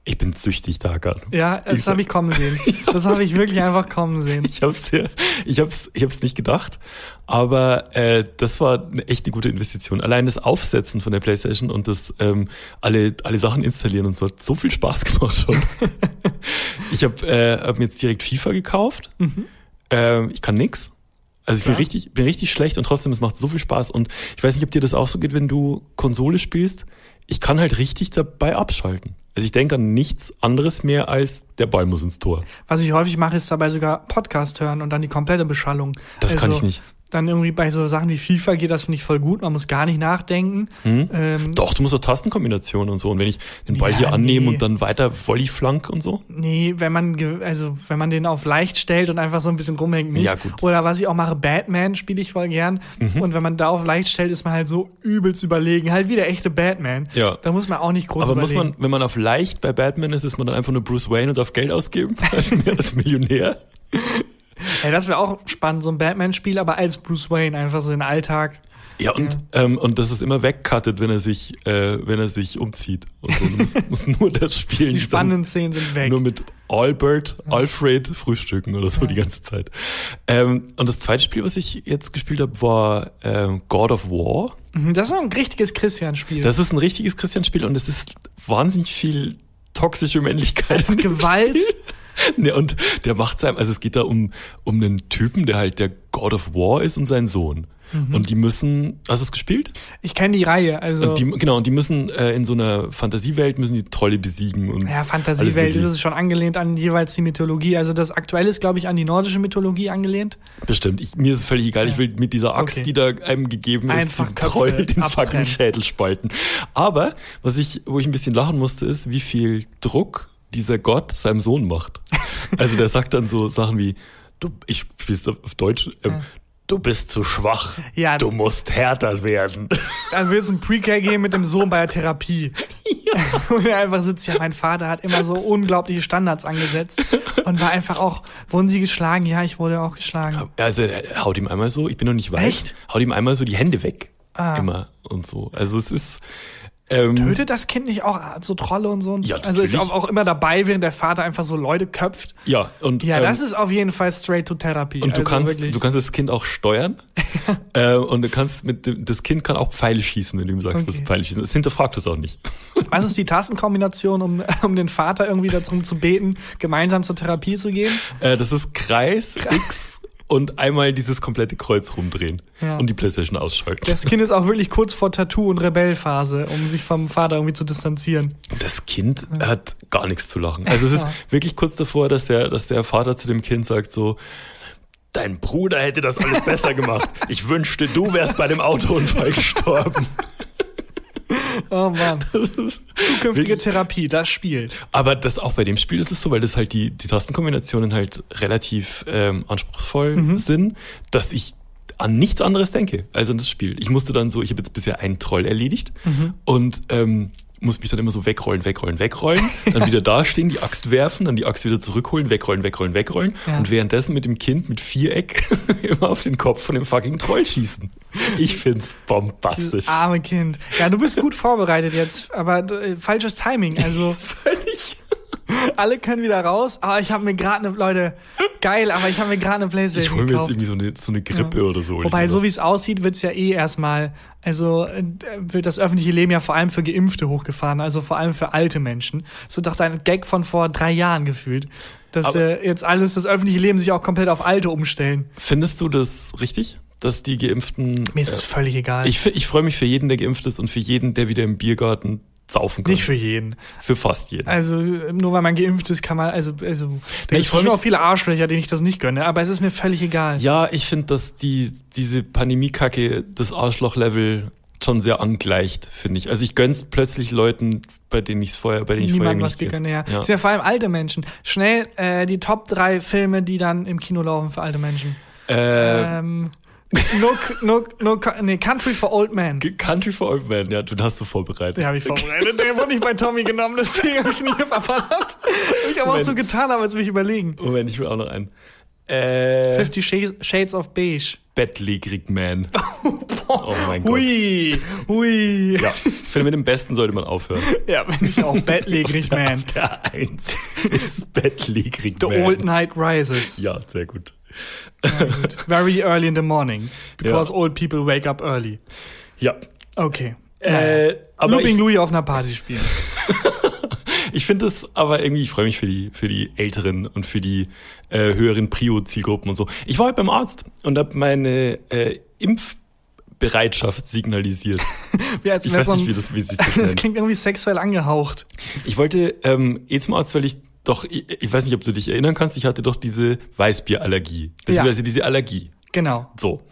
Speaker 2: Ich bin süchtig, Tarkan.
Speaker 1: Ja,
Speaker 2: Ich
Speaker 1: das
Speaker 2: sag-
Speaker 1: habe ich kommen sehen. Das habe ich wirklich einfach kommen sehen.
Speaker 2: Ich hab's, dir- ich hab's, ich hab's nicht gedacht, aber äh, das war eine, echt eine gute Investition. Allein das Aufsetzen von der PlayStation und das ähm, alle, alle Sachen installieren und so hat so viel Spaß gemacht schon. ich habe äh, hab mir jetzt direkt FIFA gekauft. Ähm, ich kann nix. Also ich bin
Speaker 1: Ja.
Speaker 2: richtig, bin richtig schlecht und trotzdem es macht so viel Spaß. Und ich weiß nicht, ob dir das auch so geht, wenn du Konsole spielst. Ich kann halt richtig dabei abschalten. Also ich denke an nichts anderes mehr als der Ball muss ins Tor.
Speaker 1: Was ich häufig mache, ist dabei sogar Podcast hören und dann die komplette Beschallung. Also
Speaker 2: Das kann ich nicht.
Speaker 1: Dann irgendwie bei so Sachen wie FIFA geht das, finde ich, voll gut. Man muss gar nicht nachdenken.
Speaker 2: Hm.
Speaker 1: Ähm,
Speaker 2: Doch, du musst doch Tastenkombinationen und so. Und wenn ich den Ball
Speaker 1: Ja,
Speaker 2: hier annehme
Speaker 1: nee.
Speaker 2: und dann weiter Volley-Flank und so.
Speaker 1: Nee, wenn man, ge- also, wenn man den auf leicht stellt und einfach so ein bisschen rumhängt, nicht.
Speaker 2: Ja, gut. Mhm.
Speaker 1: Oder was ich auch mache, Batman spiele ich voll gern. Und wenn man da auf leicht stellt, ist man halt so übelst überlegen. Halt wie der echte Batman.
Speaker 2: Ja.
Speaker 1: Da muss man auch nicht groß
Speaker 2: Aber muss
Speaker 1: überlegen.
Speaker 2: man, wenn man auf leicht bei Batman ist, ist man dann einfach nur Bruce Wayne und darf Geld ausgeben als, als Millionär?
Speaker 1: Ey, das wäre auch spannend, so ein Batman-Spiel, aber als Bruce Wayne, einfach so den Alltag.
Speaker 2: Ja, und, Ähm, und das ist immer wegcuttet, wenn er sich, äh, wenn er sich umzieht. Und so Du musst- musst nur das spielen.
Speaker 1: Die
Speaker 2: dann
Speaker 1: spannenden Szenen sind weg.
Speaker 2: Nur mit Albert, Alfred frühstücken oder so die ganze Zeit. Ähm, und das zweite Spiel, was ich jetzt gespielt habe, war ähm, God of War.
Speaker 1: Mhm, Das ist so ein richtiges Christian-Spiel.
Speaker 2: Das ist ein richtiges Christian-Spiel und es ist wahnsinnig viel toxische Männlichkeit.
Speaker 1: Einfach Gewalt.
Speaker 2: Ne, und der macht seinem, also es geht da um, um einen Typen, der halt der God of War ist und sein Sohn.
Speaker 1: Mhm.
Speaker 2: Und die müssen, hast du es gespielt?
Speaker 1: Ich kenne die Reihe, also.
Speaker 2: Und die, genau, und die müssen äh, in so einer Fantasiewelt müssen die Trolle besiegen und.
Speaker 1: ja,
Speaker 2: alles
Speaker 1: Fantasiewelt
Speaker 2: Mögliche.
Speaker 1: ist es schon angelehnt an jeweils die Mythologie. Also das aktuelle ist, glaube ich, an die nordische Mythologie angelehnt.
Speaker 2: Bestimmt. Ich, mir ist völlig egal. Ich will mit dieser Axt,
Speaker 1: Okay.
Speaker 2: die da einem gegeben ist,
Speaker 1: Einfach
Speaker 2: den
Speaker 1: Köpfe
Speaker 2: Troll den
Speaker 1: abtrennen.
Speaker 2: fucking Schädel spalten. Aber was ich, wo ich ein bisschen lachen musste, ist, wie viel Druck dieser Gott seinem Sohn macht. Also der sagt dann so Sachen wie, du, ich spiel's auf Deutsch, ähm, du bist zu schwach.
Speaker 1: Ja.
Speaker 2: Du musst härter werden.
Speaker 1: Dann wird es ein Pre-Care geben mit dem Sohn bei der Therapie. Und er einfach sitzt, ja, mein Vater hat immer so unglaubliche Standards angesetzt und war einfach auch, wurden sie geschlagen? Ja, ich wurde auch geschlagen.
Speaker 2: Also er haut ihm einmal so, ich bin noch nicht weit,
Speaker 1: Echt?
Speaker 2: haut ihm einmal so die Hände weg.
Speaker 1: Ah.
Speaker 2: Immer und so. Also es ist. Ähm,
Speaker 1: Tötet das Kind nicht auch so Trolle und so? Und
Speaker 2: Ja,
Speaker 1: also ist
Speaker 2: natürlich.
Speaker 1: auch, auch immer dabei, während der Vater einfach so Leute köpft.
Speaker 2: ja, und
Speaker 1: Ja,
Speaker 2: ähm,
Speaker 1: das ist auf jeden Fall straight to Therapie.
Speaker 2: Und du
Speaker 1: also
Speaker 2: kannst,
Speaker 1: wirklich.
Speaker 2: du kannst das Kind auch steuern. äh, und du kannst mit dem, das Kind kann auch Pfeile schießen, wenn du ihm sagst, dass
Speaker 1: Okay.
Speaker 2: es Pfeile schießen. Es hinterfragt es auch nicht.
Speaker 1: Was ist die Tastenkombination, um, um den Vater irgendwie darum zu beten, gemeinsam zur Therapie zu gehen?
Speaker 2: Äh, das ist Kreis, X und einmal dieses komplette Kreuz rumdrehen
Speaker 1: Ja.
Speaker 2: und die Playstation ausschalten. Das,
Speaker 1: Das Kind ist auch wirklich kurz vor Tattoo- und Rebellphase, um sich vom Vater irgendwie zu distanzieren.
Speaker 2: Kind hat gar nichts zu lachen. Also es ist
Speaker 1: Ja.
Speaker 2: wirklich kurz davor, dass der, dass der Vater zu dem Kind sagt so, dein Bruder hätte das alles besser gemacht. Ich wünschte, du wärst bei dem Autounfall gestorben.
Speaker 1: Oh Mann.
Speaker 2: Das ist
Speaker 1: Künftige
Speaker 2: wirklich-
Speaker 1: Therapie, das Spiel.
Speaker 2: Aber das auch bei dem Spiel ist es so, weil das halt die, die Tastenkombinationen halt relativ ähm, anspruchsvoll
Speaker 1: Mhm.
Speaker 2: sind, dass ich an nichts anderes denke als an das Spiel. Ich musste dann so, ich habe jetzt bisher einen Troll erledigt
Speaker 1: Mhm.
Speaker 2: und ähm, muss mich dann immer so wegrollen, wegrollen, wegrollen, dann wieder dastehen, die Axt werfen, dann die Axt wieder zurückholen, wegrollen, wegrollen, wegrollen
Speaker 1: Ja.
Speaker 2: und währenddessen mit dem Kind mit Viereck immer auf den Kopf von dem fucking Troll schießen. Ich find's bombastisch.
Speaker 1: Dieses arme Kind. Ja, du bist gut vorbereitet jetzt, aber äh, falsches Timing. Also
Speaker 2: Völlig.
Speaker 1: alle können wieder raus. Aber ich habe mir gerade eine, Leute, geil, aber ich habe mir gerade eine
Speaker 2: Ich
Speaker 1: Playstation
Speaker 2: hole mir jetzt
Speaker 1: gekauft.
Speaker 2: irgendwie so eine, so eine Grippe oder so. hol ich
Speaker 1: Wobei,
Speaker 2: mir
Speaker 1: so wie es aussieht, wird's ja eh erstmal, also äh, wird das öffentliche Leben ja vor allem für Geimpfte hochgefahren, also vor allem für alte Menschen. So doch dein Gag von vor drei Jahren gefühlt. Dass
Speaker 2: Aber-
Speaker 1: äh, jetzt alles, das öffentliche Leben sich auch komplett auf Alte umstellen.
Speaker 2: Findest du das richtig, dass die Geimpften. äh,
Speaker 1: Mir ist es völlig egal.
Speaker 2: Ich, f- ich freue mich für jeden, der geimpft ist und für jeden, der wieder im Biergarten saufen kann.
Speaker 1: Nicht für jeden.
Speaker 2: für fast jeden.
Speaker 1: Also nur weil man geimpft ist, kann man, also, also da ich
Speaker 2: Nee, ich freu
Speaker 1: freue mich
Speaker 2: mich-
Speaker 1: auch viele Arschlöcher, denen ich das nicht gönne, aber es ist mir völlig egal.
Speaker 2: ja, ich finde, dass die, diese Pandemie-Kacke das Arschloch-Level schon sehr angleicht, finde ich. Also ich gönn's plötzlich Leuten, bei denen ich es vorher, bei denen ich vorher
Speaker 1: Niemand
Speaker 2: nicht
Speaker 1: was gegönnt, ja.
Speaker 2: gönn's.
Speaker 1: Sind ja vor allem alte Menschen. Schnell äh, die Top drei Filme, die dann im Kino laufen für alte Menschen.
Speaker 2: Äh,
Speaker 1: Ähm, no, no, no, nee, Country for Old Men.
Speaker 2: Country for Old Man, ja, den hast du vorbereitet.
Speaker 1: Den habe ich vorbereitet. Der wurde nicht bei Tommy genommen, deswegen habe ich ihn hier verballert. Ich habe auch so getan, aber jetzt will ich überlegen.
Speaker 2: Oh, Moment, ich will auch noch einen. Äh,
Speaker 1: Fifty Shades, Shades of Beige.
Speaker 2: Bettlägerig Man. Oh mein Gott.
Speaker 1: Hui, hui.
Speaker 2: Ja, Film mit dem Besten sollte man aufhören.
Speaker 1: Ja, bin ich auch bettlägerig, man.
Speaker 2: Auf der 1 ist Bettlägerig
Speaker 1: The
Speaker 2: Man.
Speaker 1: Old Night Rises.
Speaker 2: Ja, sehr gut.
Speaker 1: Very early in the morning. Because
Speaker 2: Ja.
Speaker 1: old people wake up early.
Speaker 2: Ja.
Speaker 1: Okay. Naja.
Speaker 2: Äh, aber
Speaker 1: Looping
Speaker 2: ich,
Speaker 1: Louie auf einer Party spielen.
Speaker 2: ich finde es aber irgendwie, ich freue mich für die, für die älteren und für die äh, höheren Prio-Zielgruppen und so. Ich war heute beim Arzt und habe meine äh, Impfbereitschaft signalisiert.
Speaker 1: Ja, als
Speaker 2: Ich
Speaker 1: wär's
Speaker 2: weiß nicht,
Speaker 1: so
Speaker 2: wie
Speaker 1: ein-
Speaker 2: das, wie sich das
Speaker 1: das
Speaker 2: nennt.
Speaker 1: klingt irgendwie sexuell angehaucht.
Speaker 2: Ich wollte ähm, eh zum Arzt, weil ich doch, ich, ich weiß nicht, ob du dich erinnern kannst, ich hatte doch diese Weißbierallergie. Beziehungsweise diese Allergie.
Speaker 1: Genau.
Speaker 2: So.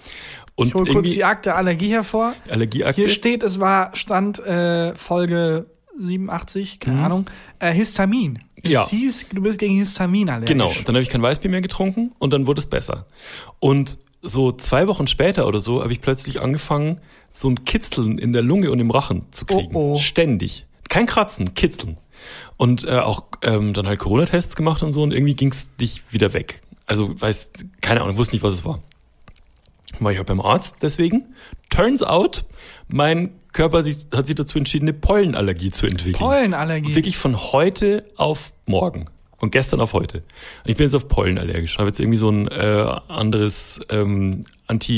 Speaker 2: Und
Speaker 1: Ich hole kurz
Speaker 2: irgendwie
Speaker 1: die Akte Allergie hervor.
Speaker 2: Allergieakte.
Speaker 1: Hier steht, es war Stand äh, Folge 87, keine Ahnung, äh, Histamin. Es
Speaker 2: Mhm. Ja.
Speaker 1: hieß, du bist gegen Histamin allergisch.
Speaker 2: Genau, und dann habe ich kein Weißbier mehr getrunken und dann wurde es besser. Und so zwei Wochen später oder so habe ich plötzlich angefangen, so ein Kitzeln in der Lunge und im Rachen zu kriegen.
Speaker 1: Oh, oh.
Speaker 2: Ständig. Kein Kratzen, Kitzeln. Und äh, auch ähm, dann halt Corona-Tests gemacht und so und irgendwie ging es nicht wieder weg. Also weiß, keine Ahnung, wusste nicht, was es war. War ich auch beim Arzt deswegen. Turns out, mein Körper die- hat sich dazu entschieden, eine Pollenallergie zu entwickeln.
Speaker 1: Pollenallergie.
Speaker 2: Wirklich von heute auf morgen. Und gestern auf heute. Und ich bin jetzt auf Pollen allergisch. Habe jetzt irgendwie so ein äh, anderes ähm,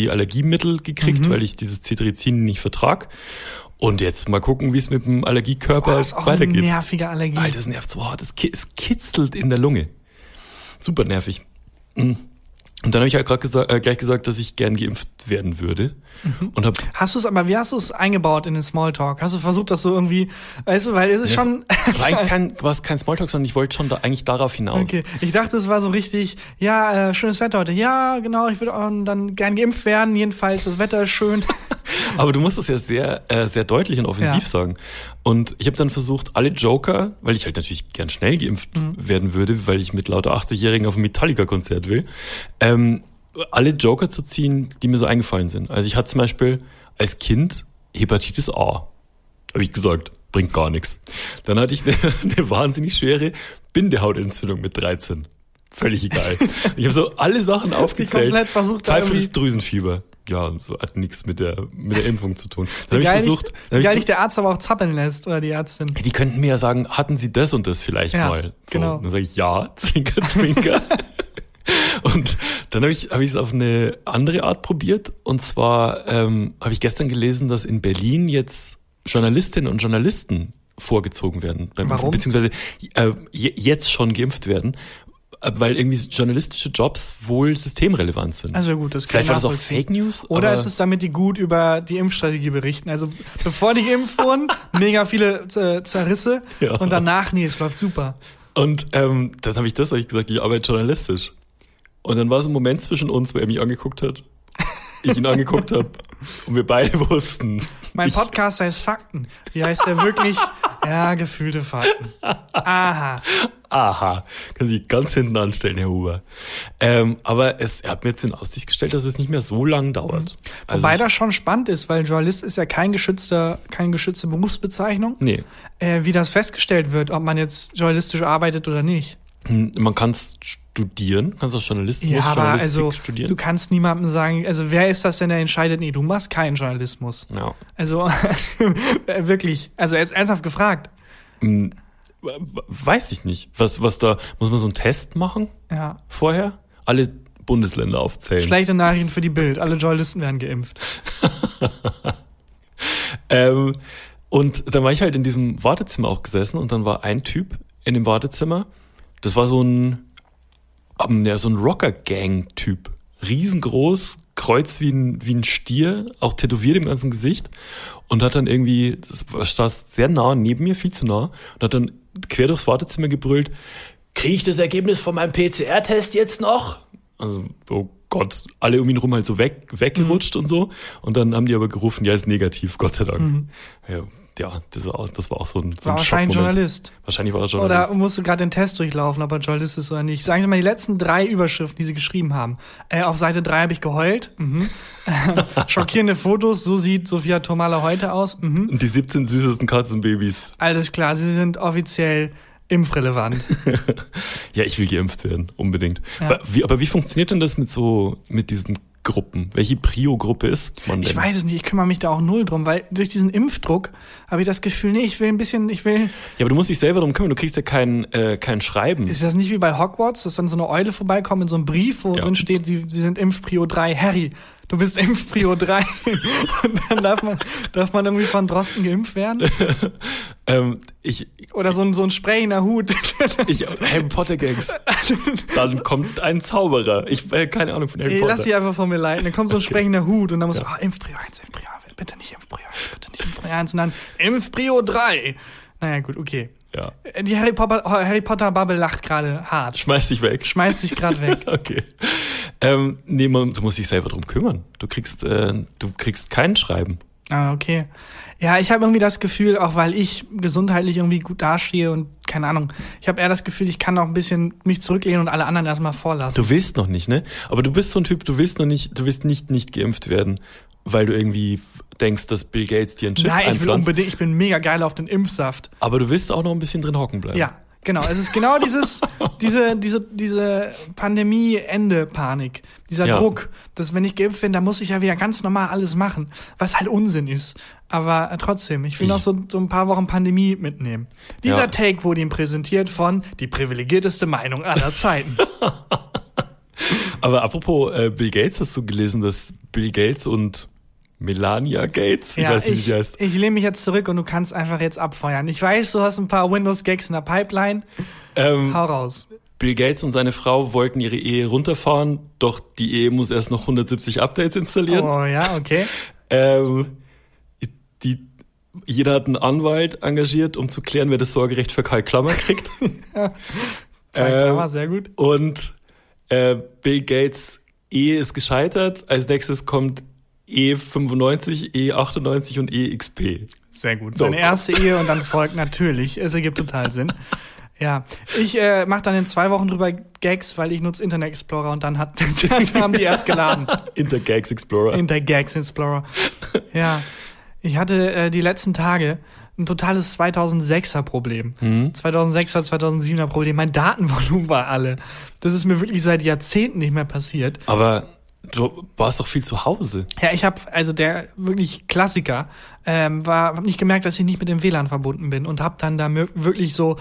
Speaker 2: Anti-Allergiemittel
Speaker 1: Mhm.
Speaker 2: gekriegt, weil ich dieses Cetirizin nicht vertrag. Und jetzt mal gucken, wie es mit dem Allergiekörper
Speaker 1: Boah, das Oh, ist auch eine
Speaker 2: äh, weitergeht.
Speaker 1: nervige Allergie.
Speaker 2: Alter, das nervt so hart. Das ki- Es kitzelt in der Lunge. Super nervig. Mm. Und dann habe ich halt gerade gesa äh, gleich gesagt, dass ich gern geimpft werden würde.
Speaker 1: Mhm.
Speaker 2: Und habe
Speaker 1: Hast du es, aber wie hast du es eingebaut in den Smalltalk? Hast du versucht, dass so irgendwie, weißt du, weil es ist
Speaker 2: Ja,
Speaker 1: schon.
Speaker 2: aber eigentlich kein, war es kein Smalltalk, sondern ich wollte schon da, eigentlich darauf hinaus.
Speaker 1: Okay, ich dachte, es war so richtig, ja, äh, schönes Wetter heute. Ja, genau, ich würde auch dann gern geimpft werden. Jedenfalls, das Wetter ist schön.
Speaker 2: Aber du musst das ja sehr, äh, sehr deutlich und offensiv
Speaker 1: Ja.
Speaker 2: sagen. Und ich habe dann versucht, alle Joker, weil ich halt natürlich gern schnell geimpft
Speaker 1: Mhm.
Speaker 2: werden würde, weil ich mit lauter 80-Jährigen auf ein Metallica-Konzert will, ähm, alle Joker zu ziehen, die mir so eingefallen sind. Also ich hatte zum Beispiel als Kind Hepatitis A. Habe ich gesagt, bringt gar nichts. Dann hatte ich eine, eine wahnsinnig schwere Bindehautentzündung mit 13. Völlig egal. ich habe so alle Sachen aufgezählt.
Speaker 1: komplett versucht, da
Speaker 2: Pfeifriges
Speaker 1: irgendwie-
Speaker 2: Drüsenfieber. Ja, so hat nichts mit der, mit der Impfung zu tun. Dann habe
Speaker 1: Geil,
Speaker 2: ich versucht,
Speaker 1: dich-
Speaker 2: dann hab
Speaker 1: geil
Speaker 2: ich
Speaker 1: dich der Arzt aber auch zappeln lässt oder die Ärztin.
Speaker 2: die könnten mir ja sagen, hatten sie das und das vielleicht
Speaker 1: Ja,
Speaker 2: mal? So,
Speaker 1: genau.
Speaker 2: Dann sage ich ja, zwinker, zwinker. und dann habe ich habe ich es auf eine andere Art probiert. Und zwar ähm, habe ich gestern gelesen, dass in Berlin jetzt Journalistinnen und Journalisten vorgezogen werden, beim
Speaker 1: Warum?
Speaker 2: Impfen, beziehungsweise äh, je- jetzt schon geimpft werden, äh, weil irgendwie journalistische Jobs wohl systemrelevant sind.
Speaker 1: Also gut, das kann
Speaker 2: vielleicht
Speaker 1: ich
Speaker 2: war das auch
Speaker 1: nachvollziehen.
Speaker 2: Fake News.
Speaker 1: Oder
Speaker 2: aber-
Speaker 1: ist es damit, die gut über die Impfstrategie berichten? Also bevor die geimpft wurden, mega viele Z- Zerrisse
Speaker 2: Ja.
Speaker 1: und danach, nee, es läuft super.
Speaker 2: Und ähm, dann habe ich das, habe ich gesagt, ich arbeite journalistisch. Und dann war so ein Moment zwischen uns, wo er mich angeguckt hat, ich ihn angeguckt habe und wir beide wussten.
Speaker 1: Mein
Speaker 2: ich,
Speaker 1: Podcast heißt Fakten. Wie heißt der wirklich? ja, gefühlte Fakten. Aha.
Speaker 2: Aha, kann sich ganz hinten anstellen, Herr Huber. Ähm, aber es, er hat mir jetzt in Aussicht gestellt, dass es nicht mehr so lang dauert. Also
Speaker 1: Mhm. Wobei
Speaker 2: ich,
Speaker 1: das schon spannend ist, weil Journalist ist ja kein geschützter, keine geschützte Berufsbezeichnung.
Speaker 2: nee,
Speaker 1: Äh, wie das festgestellt wird, ob man jetzt journalistisch arbeitet oder nicht.
Speaker 2: Hm, man kann studieren, kannst auch Journalismus,
Speaker 1: Ja, aber
Speaker 2: Journalistik
Speaker 1: also
Speaker 2: studieren.
Speaker 1: du kannst niemandem sagen, also wer ist das denn, der entscheidet, nee, du machst keinen Journalismus.
Speaker 2: ja.
Speaker 1: Also wirklich, also jetzt ernsthaft gefragt.
Speaker 2: Hm, we- we- weiß ich nicht. Was, was da, muss man so einen Test machen
Speaker 1: Ja.
Speaker 2: vorher? Alle Bundesländer aufzählen.
Speaker 1: Schlechte Nachrichten für die Bild. Alle Journalisten werden geimpft.
Speaker 2: Ähm, und dann war ich halt in diesem Wartezimmer auch gesessen und dann war ein Typ in dem Wartezimmer. Das war so ein, ähm, ja, so ein Rocker-Gang-Typ. Riesengroß, Kreuz wie ein, wie ein Stier, auch tätowiert im ganzen Gesicht. Und hat dann irgendwie, das war- saß sehr nah neben mir, viel zu nah, und hat dann quer durchs Wartezimmer gebrüllt, kriege ich das Ergebnis von meinem PCR-Test jetzt noch? Also, oh Gott, alle um ihn rum halt so weg, weggerutscht
Speaker 1: Mhm.
Speaker 2: und so. Und dann haben die aber gerufen, ja, ist negativ, Gott sei Dank. Ja, ja das, war auch, das war auch so ein, so
Speaker 1: Mhm. War
Speaker 2: ein
Speaker 1: wahrscheinlich
Speaker 2: Schockmoment.
Speaker 1: Journalist.
Speaker 2: Wahrscheinlich war er Journalist.
Speaker 1: Oder musste gerade den Test durchlaufen, ob er Journalist ist oder nicht. Sagen Sie mal die letzten drei Überschriften, die Sie geschrieben haben. Äh, auf Seite drei habe ich geheult. Mhm. Schockierende Fotos. So sieht Sophia Tomala heute aus. Mhm.
Speaker 2: Und die 17 süßesten Katzenbabys.
Speaker 1: Alles klar, Sie sind offiziell impfrelevant.
Speaker 2: Ja, ich will geimpft werden, unbedingt.
Speaker 1: Ja.
Speaker 2: Wa- Wie, aber wie funktioniert denn das mit so, mit diesen Gruppen? Welche Prio-Gruppe ist man denn?
Speaker 1: Ich weiß es nicht, ich kümmere mich da auch null drum, weil durch diesen Impfdruck habe ich das Gefühl, nee, ich will ein bisschen, ich will.
Speaker 2: Ja, aber du musst dich selber drum kümmern, du kriegst ja kein, äh, kein Schreiben.
Speaker 1: Ist das nicht wie bei Hogwarts, dass dann so eine Eule vorbeikommt in so einem Brief, wo
Speaker 2: Ja.
Speaker 1: drin steht, sie, sie sind Impfprio 3, Harry, du bist Impfprio 3. Und dann darf man, darf man irgendwie von Drosten geimpft werden?
Speaker 2: ähm, ich,
Speaker 1: Oder so ein, so ein sprayender Hut.
Speaker 2: ich, Harry Potter Gags. Dann kommt ein Zauberer. Ich äh, keine Ahnung von Harry
Speaker 1: Nee,
Speaker 2: Potter.
Speaker 1: lass sie einfach von mir leiten. Dann kommt so ein sprechender Hut und dann muss, ah, Impfprio 1, Impfprio 1, bitte nicht Impfprio 1, bitte nicht Impfprio 1 und dann Impfprio 3. Naja, gut, okay.
Speaker 2: ja.
Speaker 1: Äh, Die Harry Potter, Harry Potter Bubble lacht gerade hart.
Speaker 2: Schmeiß dich weg.
Speaker 1: Schmeißt sich gerade weg.
Speaker 2: Okay. Ähm, nee, man, du musst dich selber drum kümmern. Du kriegst, äh, du kriegst kein Schreiben.
Speaker 1: Ah, okay. Ja, ich habe irgendwie das Gefühl, auch weil ich gesundheitlich irgendwie gut dastehe und keine Ahnung, ich habe eher das Gefühl, ich kann noch ein bisschen mich zurücklehnen und alle anderen erstmal vorlassen.
Speaker 2: Du willst noch nicht, ne? Aber du bist so ein Typ, du willst noch nicht, du willst nicht nicht geimpft werden, weil du irgendwie denkst, dass Bill Gates dir einen Chip
Speaker 1: Nein, ich will
Speaker 2: einpflanzt.
Speaker 1: unbedingt, ich bin mega geil auf den Impfsaft.
Speaker 2: Aber du willst auch noch ein bisschen drin hocken bleiben.
Speaker 1: Ja, genau. Es ist genau dieses, diese, diese, diese Pandemie-Ende-Panik, dieser
Speaker 2: Ja.
Speaker 1: Druck, dass wenn ich geimpft bin, dann muss ich ja wieder ganz normal alles machen, was halt Unsinn ist. Aber äh, trotzdem, ich will
Speaker 2: Ich-
Speaker 1: noch so, so ein paar Wochen Pandemie mitnehmen. Dieser
Speaker 2: Ja.
Speaker 1: Take wurde ihm präsentiert von die privilegierteste Meinung aller Zeiten.
Speaker 2: Aber apropos äh, Bill Gates, hast du gelesen, dass Bill Gates und Melania Gates, ich
Speaker 1: ja,
Speaker 2: weiß nicht, wie
Speaker 1: ich,
Speaker 2: sie heißt.
Speaker 1: ich lehne mich jetzt zurück und du kannst einfach jetzt abfeuern. Ich weiß, du hast ein paar Windows-Gags in der Pipeline.
Speaker 2: Ähm,
Speaker 1: Hau raus.
Speaker 2: Bill Gates und seine Frau wollten ihre Ehe runterfahren, doch die Ehe muss erst noch 170 Updates installieren.
Speaker 1: Oh ja, okay.
Speaker 2: Ähm, die, jeder hat einen Anwalt engagiert, um zu klären, wer das Sorgerecht für Karl Klammer kriegt.
Speaker 1: Äh,
Speaker 2: Ähm,
Speaker 1: Klammer, sehr gut.
Speaker 2: und äh, Bill Gates Ehe ist gescheitert. Als nächstes kommt E E95, E98 und E EXP.
Speaker 1: Sehr gut.
Speaker 2: So.
Speaker 1: Seine erste Ehe und dann folgt natürlich. Es ergibt total Sinn. Ja, ich äh, mache dann in zwei Wochen drüber Gags, weil ich nutze Internet Explorer und dann, hat, dann haben die erst geladen.
Speaker 2: Intergags Explorer.
Speaker 1: Hinter Gags Explorer. Ja, ich hatte äh, die letzten Tage ein totales 2006er Problem. 2006er, 2007er Problem. Mein Datenvolumen war alle. Das ist mir wirklich seit Jahrzehnten nicht mehr passiert.
Speaker 2: Aber du warst doch viel zu Hause.
Speaker 1: Ja, ich habe also der wirklich Klassiker ähm, war, habe nicht gemerkt, dass ich nicht mit dem WLAN verbunden bin und habe dann da mir- wirklich so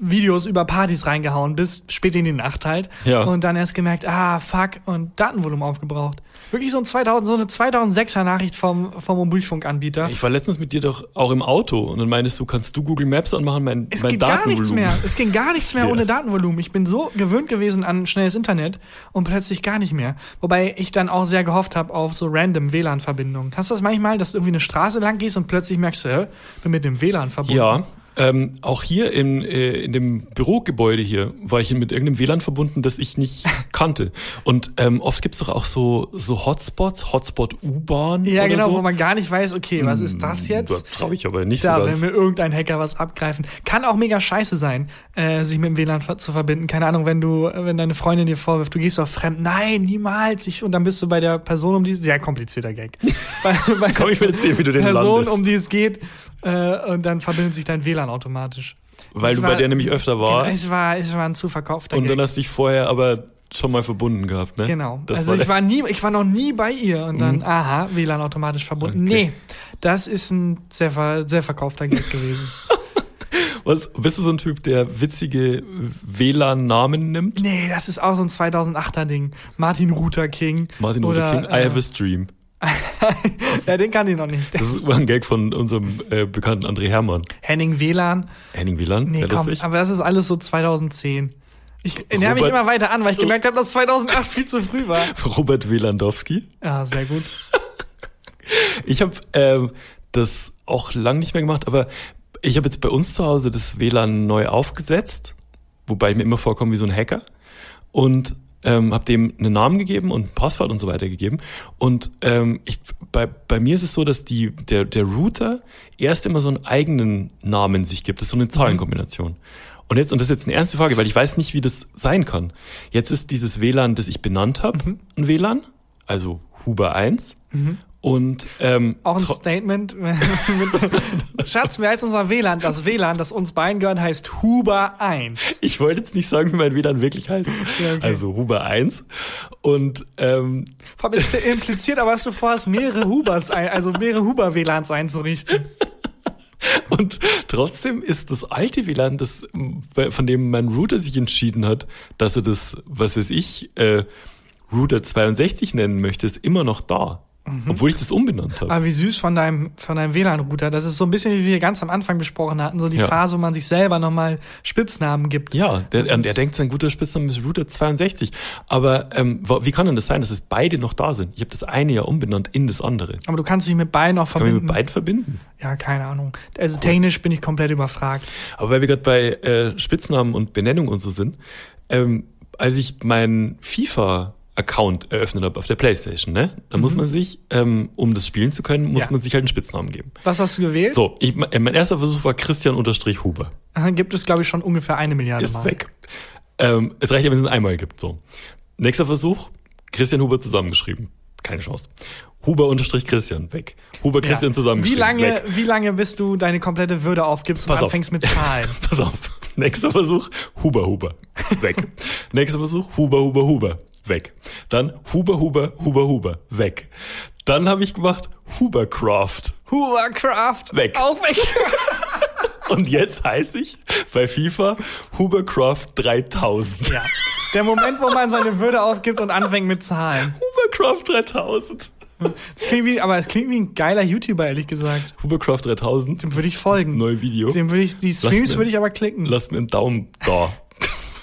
Speaker 1: Videos über Partys reingehauen bis spät in die Nacht halt
Speaker 2: Ja.
Speaker 1: und dann erst gemerkt, ah fuck und Datenvolumen aufgebraucht. Wirklich so ein 2000 so eine 2006er Nachricht vom vom Mobilfunkanbieter.
Speaker 2: Ich war letztens mit dir doch auch im Auto und dann meinst du, kannst du Google Maps anmachen, mein,
Speaker 1: es
Speaker 2: mein
Speaker 1: ging gar nichts
Speaker 2: Datenvolumen.
Speaker 1: mehr. Es ging gar nichts mehr
Speaker 2: Ja.
Speaker 1: ohne Datenvolumen. Ich bin so gewöhnt gewesen an schnelles Internet und plötzlich gar nicht mehr. Wobei ich dann auch sehr gehofft habe auf so random WLAN-Verbindungen. Hast du das manchmal, dass du irgendwie eine Straße lang gehst und plötzlich merkst du, hä, bin mit dem WLAN verbunden?
Speaker 2: Ja, ähm, auch hier in, äh, in dem Bürogebäude hier war ich mit irgendeinem WLAN verbunden, das ich nicht kannte. Und ähm, oft gibt's doch auch so, so Hotspots, Hotspot-U-Bahn.
Speaker 1: Ja,
Speaker 2: oder
Speaker 1: genau,
Speaker 2: so. Hm,
Speaker 1: wo man gar nicht weiß, okay, was ist das jetzt?
Speaker 2: Traue ich aber nicht
Speaker 1: Da
Speaker 2: so
Speaker 1: will
Speaker 2: ganz.
Speaker 1: mir irgendein Hacker was abgreifen. Kann auch mega scheiße sein, äh, sich mit dem WLAN ver- zu verbinden. Keine Ahnung, wenn du, wenn deine Freundin dir vorwirft, du gehst doch fremd. Nein, niemals. Ich, und dann bist du bei der Person, um die sehr komplizierter Gag. bei, bei
Speaker 2: Komm, ich will jetzt sehen, wie du den
Speaker 1: Person,
Speaker 2: landest.
Speaker 1: um die es geht, äh, und dann verbindet sich dein WLAN automatisch.
Speaker 2: weil
Speaker 1: Es
Speaker 2: du
Speaker 1: war-
Speaker 2: bei der nämlich öfter
Speaker 1: Genau,
Speaker 2: warst
Speaker 1: es war, es war ein zu verkaufter
Speaker 2: und dann
Speaker 1: Gag.
Speaker 2: hast dich vorher aber schon mal verbunden gehabt, ne?
Speaker 1: Genau.
Speaker 2: Das
Speaker 1: also
Speaker 2: war Mhm.
Speaker 1: ich war nie, ich war noch nie bei ihr und dann, aha, WLAN automatisch verbunden.
Speaker 2: Okay.
Speaker 1: Nee, das ist ein sehr, ver- sehr verkaufter Gag gewesen.
Speaker 2: was, bist du so ein Typ, der witzige WLAN-Namen nimmt?
Speaker 1: Nee, das ist auch so ein 2008er Ding. Martin Luther King.
Speaker 2: Martin Luther King, I have a stream.
Speaker 1: Äh, ja, den kann ich noch nicht.
Speaker 2: Das ist immer ein Gag von unserem äh, bekannten André Hermann.
Speaker 1: Henning WLAN.
Speaker 2: Henning WLAN,
Speaker 1: Nee,
Speaker 2: sehr
Speaker 1: komm,
Speaker 2: lustig.
Speaker 1: aber das ist alles so 2010. Ich näher mich
Speaker 2: Robert-
Speaker 1: immer weiter an, weil ich gemerkt habe, dass 2008 viel zu früh war.
Speaker 2: Robert Welandowski.
Speaker 1: Ja, sehr gut.
Speaker 2: Ich habe ähm, das auch lang nicht mehr gemacht, aber ich habe jetzt bei uns zu Hause das WLAN neu aufgesetzt, wobei ich mir immer vorkomme wie so ein Hacker und ähm, habe dem einen Namen gegeben und ein Passwort und so weiter gegeben. Und ähm, ich, bei, bei mir ist es so, dass die, der, der Router erst immer so einen eigenen Namen sich gibt. Das ist so
Speaker 1: Mhm.
Speaker 2: eine Zahlenkombination. Und jetzt, und das ist jetzt eine ernste Frage, weil ich weiß nicht, wie das sein kann.
Speaker 1: Mhm.
Speaker 2: Jetzt ist dieses WLAN, das ich benannt habe, ein WLAN, also Huber 1. Und ähm,
Speaker 1: Auch ein
Speaker 2: tro-
Speaker 1: Statement. mit- Schatz, wie heißt unser WLAN? Das WLAN, das uns beiden gehört, heißt Huber 1.
Speaker 2: ich wollte jetzt nicht sagen, wie mein WLAN wirklich heißt.
Speaker 1: Ja, okay.
Speaker 2: Also Huber 1. Und ähm,
Speaker 1: Vor allem ist impliziert aber, dass du vorhast, mehrere Hubers, ein, also mehrere Huber-WLANs einzurichten.
Speaker 2: Und trotzdem ist das alte WLAN, das, äh, von dem mein Router sich entschieden hat, dass er das, was weiß ich, äh, Router 62 nennen möchte, ist immer noch da.
Speaker 1: Mhm.
Speaker 2: Obwohl ich das umbenannt habe.
Speaker 1: Aber Ah, wie süß von deinem, von deinem WLAN-Router. Das ist so ein bisschen, wie wir ganz am Anfang besprochen hatten, so die
Speaker 2: Ja.
Speaker 1: Phase, wo man sich selber nochmal Spitznamen gibt.
Speaker 2: Ja, der,
Speaker 1: Das ist-
Speaker 2: ähm, der denkt, sein guter Spitzname ist Router 62. Aber ähm, wa- wie kann denn das sein, dass es beide noch da sind? Ich habe das eine ja umbenannt in das andere.
Speaker 1: Aber du kannst dich mit beiden auch
Speaker 2: Kann man
Speaker 1: verbinden.
Speaker 2: mit beiden verbinden?
Speaker 1: Ja, keine Ahnung. Also technisch bin ich komplett überfragt.
Speaker 2: Aber weil wir gerade bei äh, Spitznamen und Benennung und so sind, ähm, als ich meinen FIFA-Account eröffnet habe auf der Playstation, ne, da muss man sich, ähm, um das spielen zu können, muss
Speaker 1: Mhm. Ja.
Speaker 2: man sich halt einen Spitznamen geben.
Speaker 1: Was hast du gewählt?
Speaker 2: So, ich, äh, mein erster Versuch war Christian-Huber.
Speaker 1: Gibt es, glaube ich, schon ungefähr eine Milliarde
Speaker 2: Ist
Speaker 1: Mal.
Speaker 2: weg. Ähm, es reicht ja, wenn es einmal gibt. So. Nächster Versuch, Christian Huber zusammengeschrieben. Keine Chance. Huber unterstrich Christian, weg. Huber
Speaker 1: Ja.
Speaker 2: Christian
Speaker 1: wie
Speaker 2: zusammengeschrieben.
Speaker 1: lange,
Speaker 2: Weg.
Speaker 1: Wie lange, bis du deine komplette Würde aufgibst
Speaker 2: Pass
Speaker 1: und
Speaker 2: auf.
Speaker 1: anfängst mit Zahlen?
Speaker 2: Pass auf. Nächster Versuch, Huber, Huber. Weg. Nächster Versuch, Huber, Huber, Huber. Weg. Dann Huber, Huber, Huber, Huber. Weg. Dann habe ich gemacht Hubercraft.
Speaker 1: Hovercraft.
Speaker 2: Weg.
Speaker 1: Auch weg.
Speaker 2: Und jetzt heiße ich bei FIFA Hubercraft 3000.
Speaker 1: ja. Der Moment, wo man seine Würde aufgibt und anfängt mit Zahlen.
Speaker 2: Hubercraft 3000.
Speaker 1: Das klingt wie, aber es klingt wie ein geiler YouTuber, ehrlich gesagt.
Speaker 2: Hubercraft 3000.
Speaker 1: Dem würde ich folgen.
Speaker 2: Neues Video.
Speaker 1: Dem würde ich, die Streams
Speaker 2: mir-
Speaker 1: würde ich aber klicken.
Speaker 2: Lass mir einen Daumen da.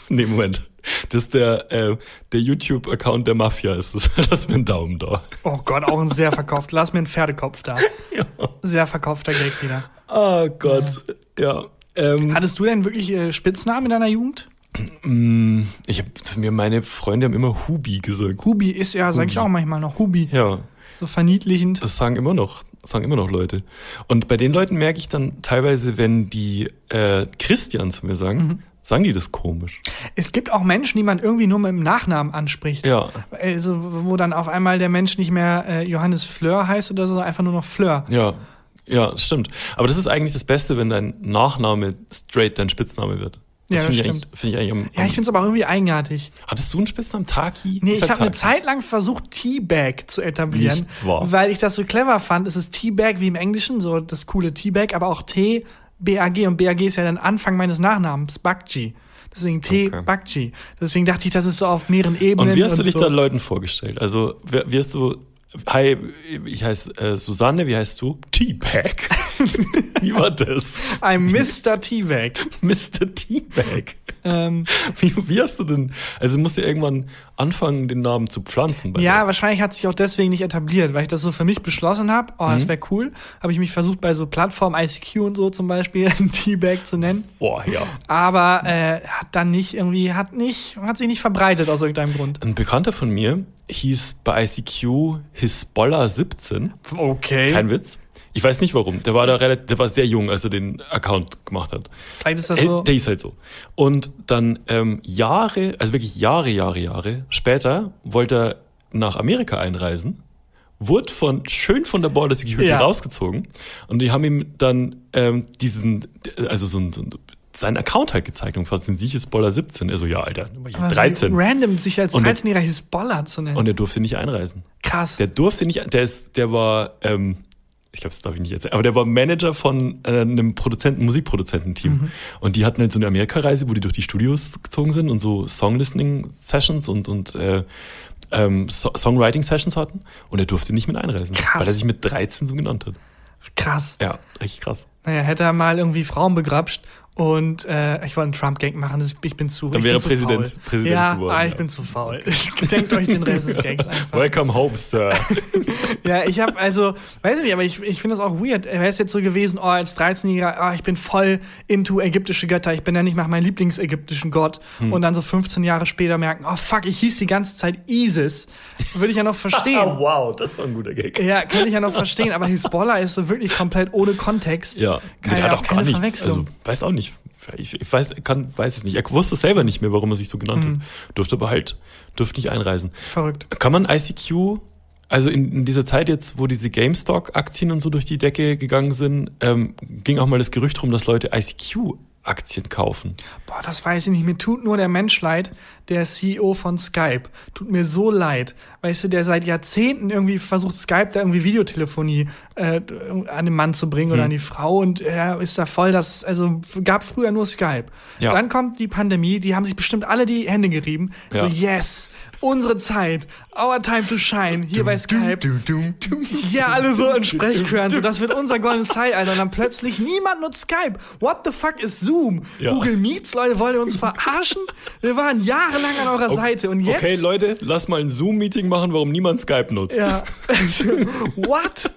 Speaker 2: nee, Moment. Das ist der, äh, der YouTube-Account der Mafia, ist es. Lass mir einen Daumen da.
Speaker 1: Oh Gott, auch ein sehr verkauft. Lass mir einen Pferdekopf da.
Speaker 2: Ja.
Speaker 1: Sehr verkaufter Gag wieder.
Speaker 2: Oh Gott. Ja. Ähm,
Speaker 1: Hattest du denn wirklich äh, Spitznamen in deiner Jugend?
Speaker 2: ich hab, mir meine Freunde haben immer Hubi gesagt.
Speaker 1: Hubi ist ja, sag ich auch manchmal noch, Hubi.
Speaker 2: Ja,
Speaker 1: So verniedlichend.
Speaker 2: das sagen immer noch, das sagen immer noch Leute. Und bei den Leuten merke ich dann teilweise, wenn die äh, Christian zu mir sagen,
Speaker 1: Mhm.
Speaker 2: sagen die das komisch.
Speaker 1: Es gibt auch Menschen, die man irgendwie nur mit dem Nachnamen anspricht.
Speaker 2: Ja.
Speaker 1: Also, wo dann auf einmal der Mensch nicht mehr äh, Johannes Fleur heißt oder so, sondern einfach nur noch Fleur.
Speaker 2: Ja. Ja, stimmt. Aber das ist eigentlich das Beste, wenn dein Nachname straight dein Spitzname wird.
Speaker 1: Ja, das
Speaker 2: finde ich,
Speaker 1: stimmt.
Speaker 2: eigentlich- find ich eigentlich am, am
Speaker 1: Ja, ich finde es aber auch irgendwie eigenartig.
Speaker 2: Hattest du einen Spitznamen? Taki? halt
Speaker 1: Nee,
Speaker 2: Ich
Speaker 1: ich
Speaker 2: sag
Speaker 1: habe eine
Speaker 2: Taki.
Speaker 1: Zeit lang versucht, Teabag zu etablieren,
Speaker 2: Nicht wahr.
Speaker 1: weil ich das so clever fand. Es ist Teabag wie im Englischen, so das coole Teabag, aber auch T, BAG und BAG ist ja dann Anfang meines Nachnamens, Bakji. Deswegen T,
Speaker 2: Okay.
Speaker 1: Bakji. Deswegen dachte ich, das ist so auf mehreren Ebenen.
Speaker 2: Und wie hast du dich
Speaker 1: so.
Speaker 2: da Leuten vorgestellt? Also, wer- wie hast du. Hi, ich heiße äh, Susanne, wie heißt du? Teabag. wie war das?
Speaker 1: Ein Mr. Teabag.
Speaker 2: Mr. Teabag.
Speaker 1: Ähm,
Speaker 2: Wie, wie hast du denn. Also, musst du irgendwann anfangen, den Namen zu pflanzen. Bei
Speaker 1: Ja,
Speaker 2: Leuten.
Speaker 1: wahrscheinlich hat sich auch deswegen nicht etabliert, weil ich das so für mich beschlossen habe, oh,
Speaker 2: Mhm.
Speaker 1: das wäre cool, habe ich mich versucht bei so Plattformen ICQ und so zum Beispiel ein Teabag zu nennen,
Speaker 2: Boah, ja.
Speaker 1: aber äh, hat dann nicht irgendwie, hat nicht, hat sich nicht verbreitet aus irgendeinem Grund.
Speaker 2: Ein Bekannter von mir hieß bei ICQ Hisbollah 17.
Speaker 1: Okay.
Speaker 2: Kein Witz. Ich weiß nicht warum. Der war da relativ, der war sehr jung, als er den Account gemacht hat.
Speaker 1: Vielleicht ist das so.
Speaker 2: Hey, Der ist halt so. Und dann ähm, Jahre, also wirklich Jahre, Jahre, Jahre später wollte er nach Amerika einreisen, wurde von schön von der Border Security
Speaker 1: Ja.
Speaker 2: rausgezogen und die haben ihm dann ähm, diesen, also so, ein- so ein- seinen Account halt gezeigt und fanden sich ist Border 17. Er so, ja, Alter, da war ich
Speaker 1: Aber so
Speaker 2: 13.
Speaker 1: Random, sich als
Speaker 2: Und der-
Speaker 1: 13-jähriger Hisbollah zu nennen.
Speaker 2: Und er durfte nicht einreisen.
Speaker 1: Krass.
Speaker 2: Der durfte nicht, der ist, der war, ähm, ich glaube, das darf ich nicht erzählen, aber der war Manager von äh, einem Produzenten, Musikproduzententeam.
Speaker 1: Mhm.
Speaker 2: Und die hatten halt so eine Amerika-Reise, wo die durch die Studios gezogen sind und so Song-Listening-Sessions und, und äh, ähm, so Songwriting-Sessions hatten. Und er durfte nicht mit einreisen,
Speaker 1: Krass.
Speaker 2: weil er sich mit 13 so genannt hat.
Speaker 1: Krass.
Speaker 2: Ja, richtig krass.
Speaker 1: Naja, hätte er mal irgendwie Frauen begrapscht und äh, ich wollte einen Trump-Gang machen, das, ich bin zu.
Speaker 2: Dann
Speaker 1: ich
Speaker 2: wäre
Speaker 1: bin zu
Speaker 2: Präsident-
Speaker 1: faul.
Speaker 2: Präsident
Speaker 1: ja,
Speaker 2: geworden,
Speaker 1: Ah, ich
Speaker 2: ja.
Speaker 1: bin zu faul. Denkt euch den Rest des Gangs einfach.
Speaker 2: Welcome home, Sir.
Speaker 1: Ja, ich habe also, weiß ich nicht, aber ich, ich finde das auch weird. Wäre es jetzt so gewesen, oh, als 13-Jähriger, ah, ich bin voll into ägyptische Götter, ich bin ja nicht mal mein Lieblingsägyptischen Gott. Und dann so 15 Jahre später merken, oh fuck, ich hieß die ganze Zeit Isis. Würde ich ja noch verstehen.
Speaker 2: Ah, wow, das war ein guter Gag.
Speaker 1: ja, kann ich ja noch verstehen, aber Hisbollah ist so wirklich komplett ohne Kontext.
Speaker 2: Ja,
Speaker 1: Keine,
Speaker 2: der hat auch
Speaker 1: keine
Speaker 2: gar nichts.
Speaker 1: Verwechslung.
Speaker 2: Also, weiß auch nicht. Ich, ich weiß, kann, weiß es nicht. Er wusste selber nicht
Speaker 1: Mhm.
Speaker 2: mehr, warum er sich so genannt hat. Durfte aber halt, durfte nicht einreisen.
Speaker 1: Verrückt.
Speaker 2: Kann man ICQ also in, in dieser Zeit jetzt, wo diese GameStop-Aktien und so durch die Decke gegangen sind, ähm, ging auch mal das Gerücht rum, dass Leute ICQ-Aktien kaufen.
Speaker 1: Boah, das weiß ich nicht. Mir tut nur der Mensch leid, der CEO von Skype. Tut mir so leid. Weißt du, der seit Jahrzehnten irgendwie versucht, Skype da irgendwie Videotelefonie äh, an den Mann zu bringen
Speaker 2: Hm.
Speaker 1: oder an die Frau und er ist da voll, das, also gab früher nur Skype.
Speaker 2: Ja.
Speaker 1: Dann kommt die Pandemie, die haben sich bestimmt alle die Hände gerieben. So,
Speaker 2: Ja.
Speaker 1: yes, unsere Zeit, our time to shine, hier bei Skype. Ja, alle so in Sprechchören. So, das wird unser goldenes Teil, Alter. Und dann plötzlich niemand nutzt Skype. What the fuck ist Zoom?
Speaker 2: Ja.
Speaker 1: Google Meets, Leute, wollt ihr uns verarschen? Wir waren jahrelang an eurer Seite und jetzt.
Speaker 2: Okay, Leute, lass mal ein Zoom-Meeting machen, warum niemand Skype nutzt.
Speaker 1: Ja. What?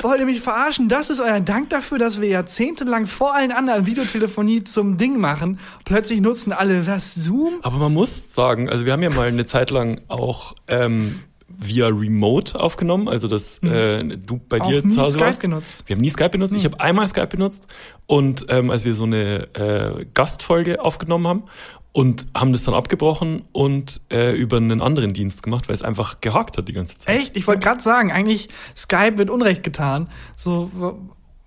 Speaker 1: Wollt ihr mich verarschen? Das ist euer Dank dafür, dass wir jahrzehntelang vor allen anderen Videotelefonie zum Ding machen. Plötzlich nutzen alle was? Zoom?
Speaker 2: Aber man muss sagen, also wir haben ja mal eine Zeit lang auch ähm, via Remote aufgenommen, also dass äh, du bei
Speaker 1: Mhm. Auch
Speaker 2: dir
Speaker 1: nie
Speaker 2: zu Hause
Speaker 1: Skype
Speaker 2: warst.
Speaker 1: genutzt. Mhm.
Speaker 2: Wir haben nie Skype benutzt. Ich habe einmal Skype benutzt und ähm, als wir so eine äh, Gastfolge aufgenommen haben und haben das dann abgebrochen und äh, über einen anderen Dienst gemacht, weil es einfach gehakt hat die ganze Zeit.
Speaker 1: Echt? Ich wollte gerade sagen, eigentlich Skype wird Unrecht getan. So, wa-